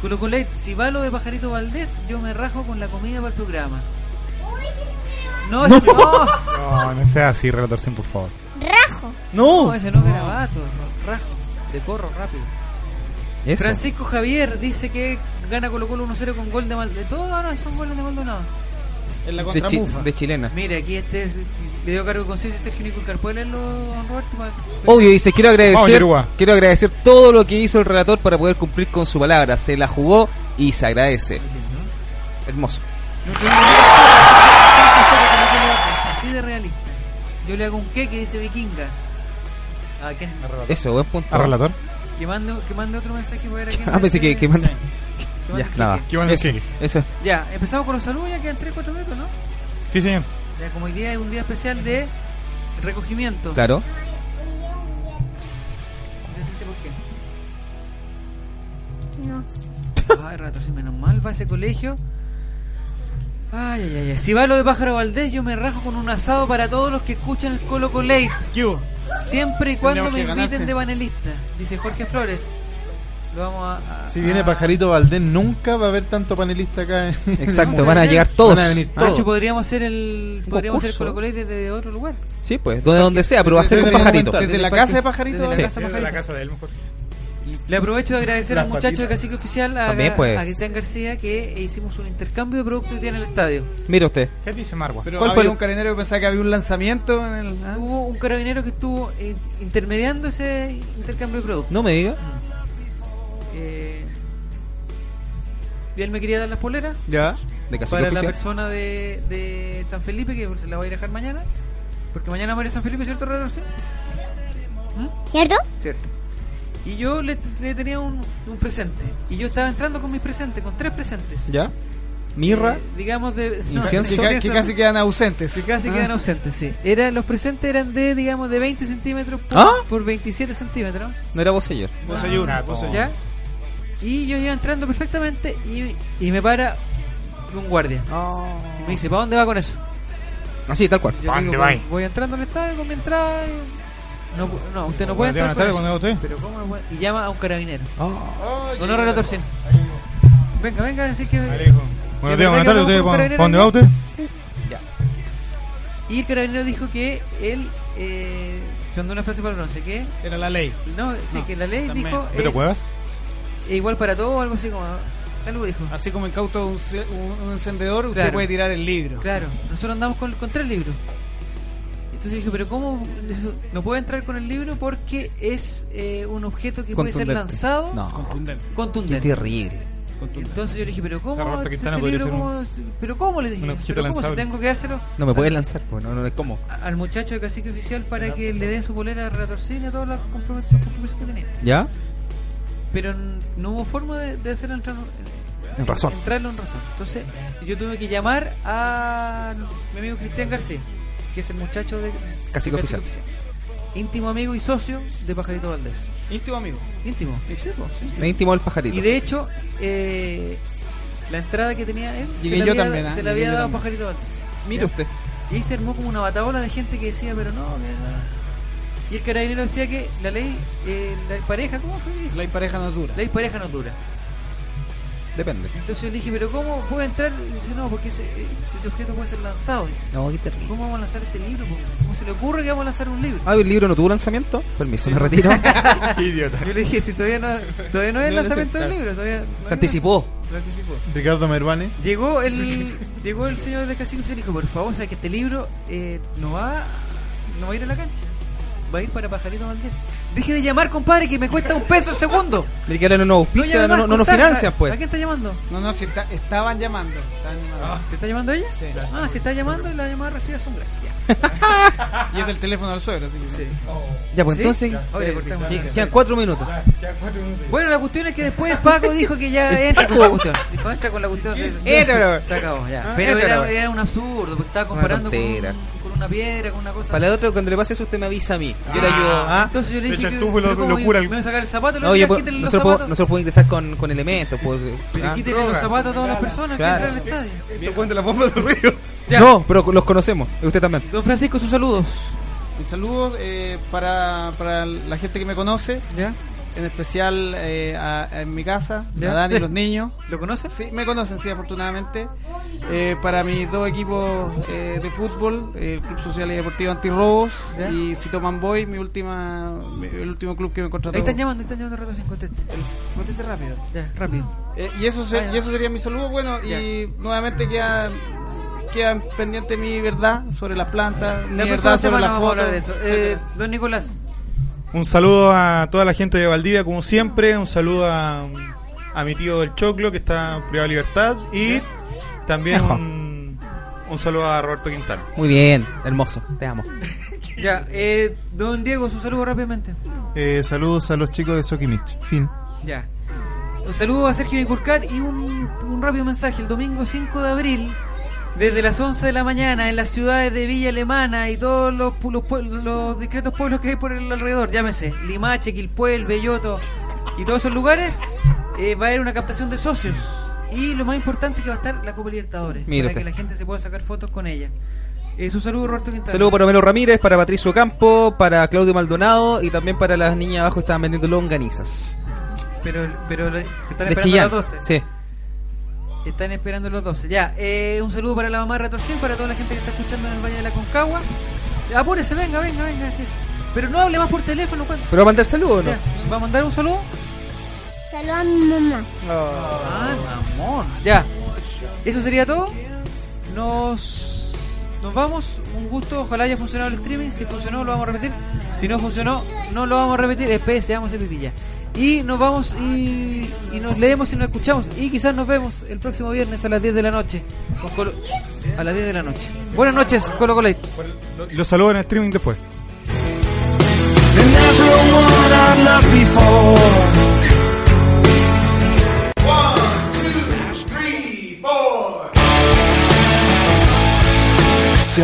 Colo Colo, si va lo de Pajarito Valdés, yo me rajo con la comida para el programa. No, ese no.
No, no sea así, relator 100, por favor.
Rajo.
No, ese no, garabato, rajo, de corro rápido.
Eso.
Francisco Javier dice que gana Colo Colo 1-0 con gol de mal de todo, no, son goles de Maldonado.
En la
De, chi- de chilena.
Mira, aquí este es- le dio cargo de conciencia a Sergio Nicolás. ¿Puede leerlo, don Roberto? para-
Obvio, dice, quiero
Vamos,
agradecer,
Yerúa.
quiero agradecer todo lo que hizo el relator para poder cumplir con su palabra. Se la jugó y se agradece. Hermoso.
Así de realista. Yo le hago un qué que dice vikinga. ¿A quién?
Eso, buen punto.
¿A relator?
Que mande, que mande otro mensaje para ver a quién.
Ah, pensé que,
merece-
que manda-
Que mande
Ya,
un
nada.
queque.
Eso, eso es.
Ya, empezamos con los saludos, ya quedan 3-4 minutos, ¿no?
Sí, señor.
Ya, como hoy día es un día especial de recogimiento.
Claro.
¿Entendiste Este, por qué?
No sé.
Ay, Ah, rato, sí, menos mal va ese colegio. Ay, ay, ay, ay. Si va lo de Pájaro Valdés, yo me rajo con un asado para todos los que escuchan el Colo Colate. Siempre y cuando
Tendríamos
me
que ganarse.
inviten de panelista, dice Jorge Flores. Lo vamos a. a-
Si viene
a-
Pajarito Valdés, nunca va a haber tanto panelista acá. en-
Exacto, van a llegar todos.
Van a venir
Ah, hecho,
todos.
podríamos hacer el podríamos hacer
concurso.
Colo Colate desde otro lugar.
Sí, pues, donde, donde sea, pero va a ser
Desde
con
el
pajarito.
momento-
Desde la
parque-
casa de Pajarito.
Desde la
Sí.
casa de Pajarito.
de él, mejor.
Le aprovecho de agradecer
Las
al muchacho de
patitas.
Cacique Oficial, a,
También, pues.
a Cristian García, que hicimos un intercambio de productos hoy día en el estadio.
Mire usted.
¿Qué dice Marwa?
Pero
¿Cuál
había
fue el-
un carabinero que pensaba que había un lanzamiento en el... ah.
Hubo un carabinero que estuvo eh, intermediando ese intercambio de productos.
No me diga.
Eh, y él me quería dar las poleras.
Ya. De Cacique
Para
Oficial.
la persona de, de San Felipe, que se la voy a ir a dejar mañana. Porque mañana muere San Felipe, ¿cierto, Rodolfo? ¿Sí? ¿Mm?
¿Cierto?
Cierto. Y yo le, le tenía un, un presente. Y yo estaba entrando con mis presentes, con tres presentes.
Ya. Mirra.
Eh, digamos de.
Incienso.
no,
Que ca- que casi
quedan ausentes.
Que casi
Ah.
quedan ausentes, sí. Era, los presentes eran de, digamos, de 20 centímetros por,
¿Ah?
por 27 centímetros.
No era Bosellor.
Bosellur, Ah, Bosellur.
¿Ya? Y yo iba entrando perfectamente y, y me para un guardia. Y me dice, ¿para dónde va con eso?
Así, Ah, tal cual.
Yo digo, voy, voy entrando al estadio con mi entrada. y- No, pu- no, usted no puede
Guardián,
entrar. con
¿está
eso.
con usted?
Pero ¿cómo no puede? Y llama a un carabinero.
Oh.
Honor al relator, sí. Venga, venga, así que.
Buenos
que
días, buenas tardes.
venga
¿Usted
con
pa-
un carabinero
pa' dónde va
ahí.
usted?
Ya. Y el carabinero dijo que él. Eh, se mandó una frase para el bronce, que.
Era la ley.
No, sí,
No,
que la ley
también.
dijo.
¿Beto
es-
Cuevas?
e igual para todo o algo así como. Algo dijo.
Así como incauto un, ce- un- un encendedor, usted
Claro.
puede tirar el libro.
Claro, nosotros andamos con, con tres libros. Entonces dije, pero ¿cómo no puedo entrar con el libro? Porque es eh, un objeto que puede ser
Contundente.
lanzado
No.
Contundente.
contundente.
Qué terrible.
Entonces yo le dije, pero
O sea,
¿cómo?
Roberto
Este
Quintana podría
libro,
ser un-
¿cómo? ¿Pero cómo? Le dije,
un objeto
¿pero cómo? Si
lanzable.
tengo que dárselo
No me puedes
al-
lanzar, pues. No, no, no, ¿Cómo?
al muchacho de cacique oficial para que le dé su polera de retorcina, todos los compromisos, los compromisos que tenía.
¿Ya?
Pero n- no hubo forma de, de hacerlo entrar en
En razón.
Entrarlo en razón. Entonces yo tuve que llamar a mi amigo Cristian García, que es el muchacho de de
Cacique Oficial.
Íntimo amigo y socio de Pajarito Valdés.
Íntimo amigo.
Íntimo. Sí, po, sí.
Me intimó el pajarito.
Y de hecho, eh, la entrada que tenía él
Llegué
se la
yo
había,
también, ¿ah?
se
Llegué
la había
yo
dado
también.
Pajarito Valdés.
Mire
¿Ya?
usted.
Y ahí se armó como una batabola de gente que decía, pero no, que no. Y el carabinero decía que la ley, eh, la pareja, ¿cómo fue?
La pareja no dura.
La ley pareja no dura.
Depende.
Entonces yo le dije, pero ¿cómo puede entrar? Y dice, no, porque ese, eh, ese objeto puede ser lanzado. Y dije,
No, qué terrible.
¿Cómo vamos a lanzar este libro? po? ¿Cómo se le ocurre que vamos a lanzar un libro?
Ah, el libro no tuvo lanzamiento. Permiso, me retiro.
Idiota.
Yo le dije, si todavía no, todavía no es el lanzamiento del libro, todavía no
Se anticipó.
Se anticipó.
Ricardo Mervane.
Llegó el, llegó el señor de Cacique y le dijo, por favor, sabe que este libro eh, no, va, no va a ir a la cancha. Va a ir para Pajarito Valdés. Deje de llamar, compadre, que me cuesta un peso el segundo.
Mire que ahora no nos auspicia,
llame
no,
más,
no, no nos
compadre.
financian,
¿A
pues.
quién está llamando?
No, no, si está- estaban llamando. estaban llamando.
¿Te está llamando ella?
Sí.
Ah, si está llamando y la llamada recibida son gratis. Ya. Ah,
Y es del teléfono del suegro, así que...
Ya, pues entonces.
Ahora le cortamos.
que- Quedan cuatro minutos.
Bueno, la cuestión es que después Paco dijo que ya entra con la cuestión. Dijo, entra con la cuestión. Se,
Hétero.
se acabó, ya.
Ah,
Pero
hétero.
era, era un absurdo, porque estaba comparando con,
tontera.
un- con una piedra, con una cosa.
Para el otro, cuando le pase eso, usted me avisa a mí. Yo le
Ah,
ayudo. ¿Ah?
Entonces yo le
Te
dije,
echas
que,
tú, fue lo-
pero ¿cómo
locura
yo-
el-
Me voy a sacar el zapato,
No,
le
yo
voy
puedo-
a quitarle los
nosotros, podemos-
zapatos.
nosotros podemos ingresar con, con elementos. Pues,
Pero
ah.
quítenle los zapatos a todas las personas
Claro.
que entran al estadio.
Esto cuenta la bomba del río.
No, pero los conocemos. Y usted también.
Don Francisco, sus saludos.
Un saludo eh, para, para la gente que me conoce,
¿Ya?
en especial eh, a, a- en mi casa,
¿Ya?
a Dani y los niños.
¿Lo conoces?
Sí, me conocen, sí, afortunadamente. Eh, para mis dos equipos eh, de fútbol, eh, el Club Social y Deportivo Antirrobos
¿Ya?
y Cito Manboy, mi última, mi- el último club que me contrató.
Ahí están llamando, ahí están llamando rato sin conteste.
Conteste rápido.
Ya, rápido.
Eh, y, eso se-
Ah, ya.
y eso sería mi saludo. Bueno, y
Ya.
nuevamente queda, queda pendiente mi verdad sobre las plantas, mi
La próxima
verdad sobre
semana
las
vamos a hablar
fotos.
de eso. Eh,
etcétera.
don Nicolás,
Un saludo a toda la gente de Valdivia, como siempre. Un saludo a, a mi tío del Choclo, que está en Privada Libertad. Y también un, un saludo a Roberto Quintana.
Muy bien, hermoso. Te amo.
ya, eh, don Diego, su saludo rápidamente.
Eh, saludos a los chicos de Sokimich. Fin.
Ya. Un saludo a Sergio Nicurcar y un, un rápido mensaje. El domingo 5 de abril, desde las 11 de la mañana, en las ciudades de Villa Alemana y todos los, pu- los, pueblos- los discretos pueblos que hay por el alrededor, llámese Limache, Quilpuel, Belloto y todos esos lugares, eh, va a haber una captación de socios. Y lo más importante es que va a estar la Copa Libertadores,
Mire
para
usted.
que la gente se pueda sacar fotos con ella. Eh, su saludo, Roberto Quintana.
Saludos para Melo Ramírez, para Patricio Campo, para Claudio Maldonado y también para las niñas abajo que estaban vendiendo longanizas.
Pero, pero le- están
De
esperando
Chillán.
las 12.
Sí.
Están esperando los 12. Ya, eh, un saludo para la mamá de Retorsión, para toda la gente que está escuchando en el Valle de la Concagua. Apúrese, venga, venga, venga. sí. Pero no hable más por teléfono, cuento.
¿Pero va a mandar saludos o no?
¿Va a mandar un saludo?
Saluda a mi mamá.
Ah, mamón. Ya. Eso sería todo. Nos nos vamos. Un gusto. Ojalá haya funcionado el streaming. Si funcionó, lo vamos a repetir. Si no funcionó, no lo vamos a repetir. Espérense, vamos a hacer pipilla. Y nos vamos y, y nos leemos y nos escuchamos. Y quizás nos vemos el próximo viernes a las 10 de la noche. con Colo- a las 10 de la noche. Buenas noches, Colo Colate.
Lo- Los saludo en el streaming después.
Se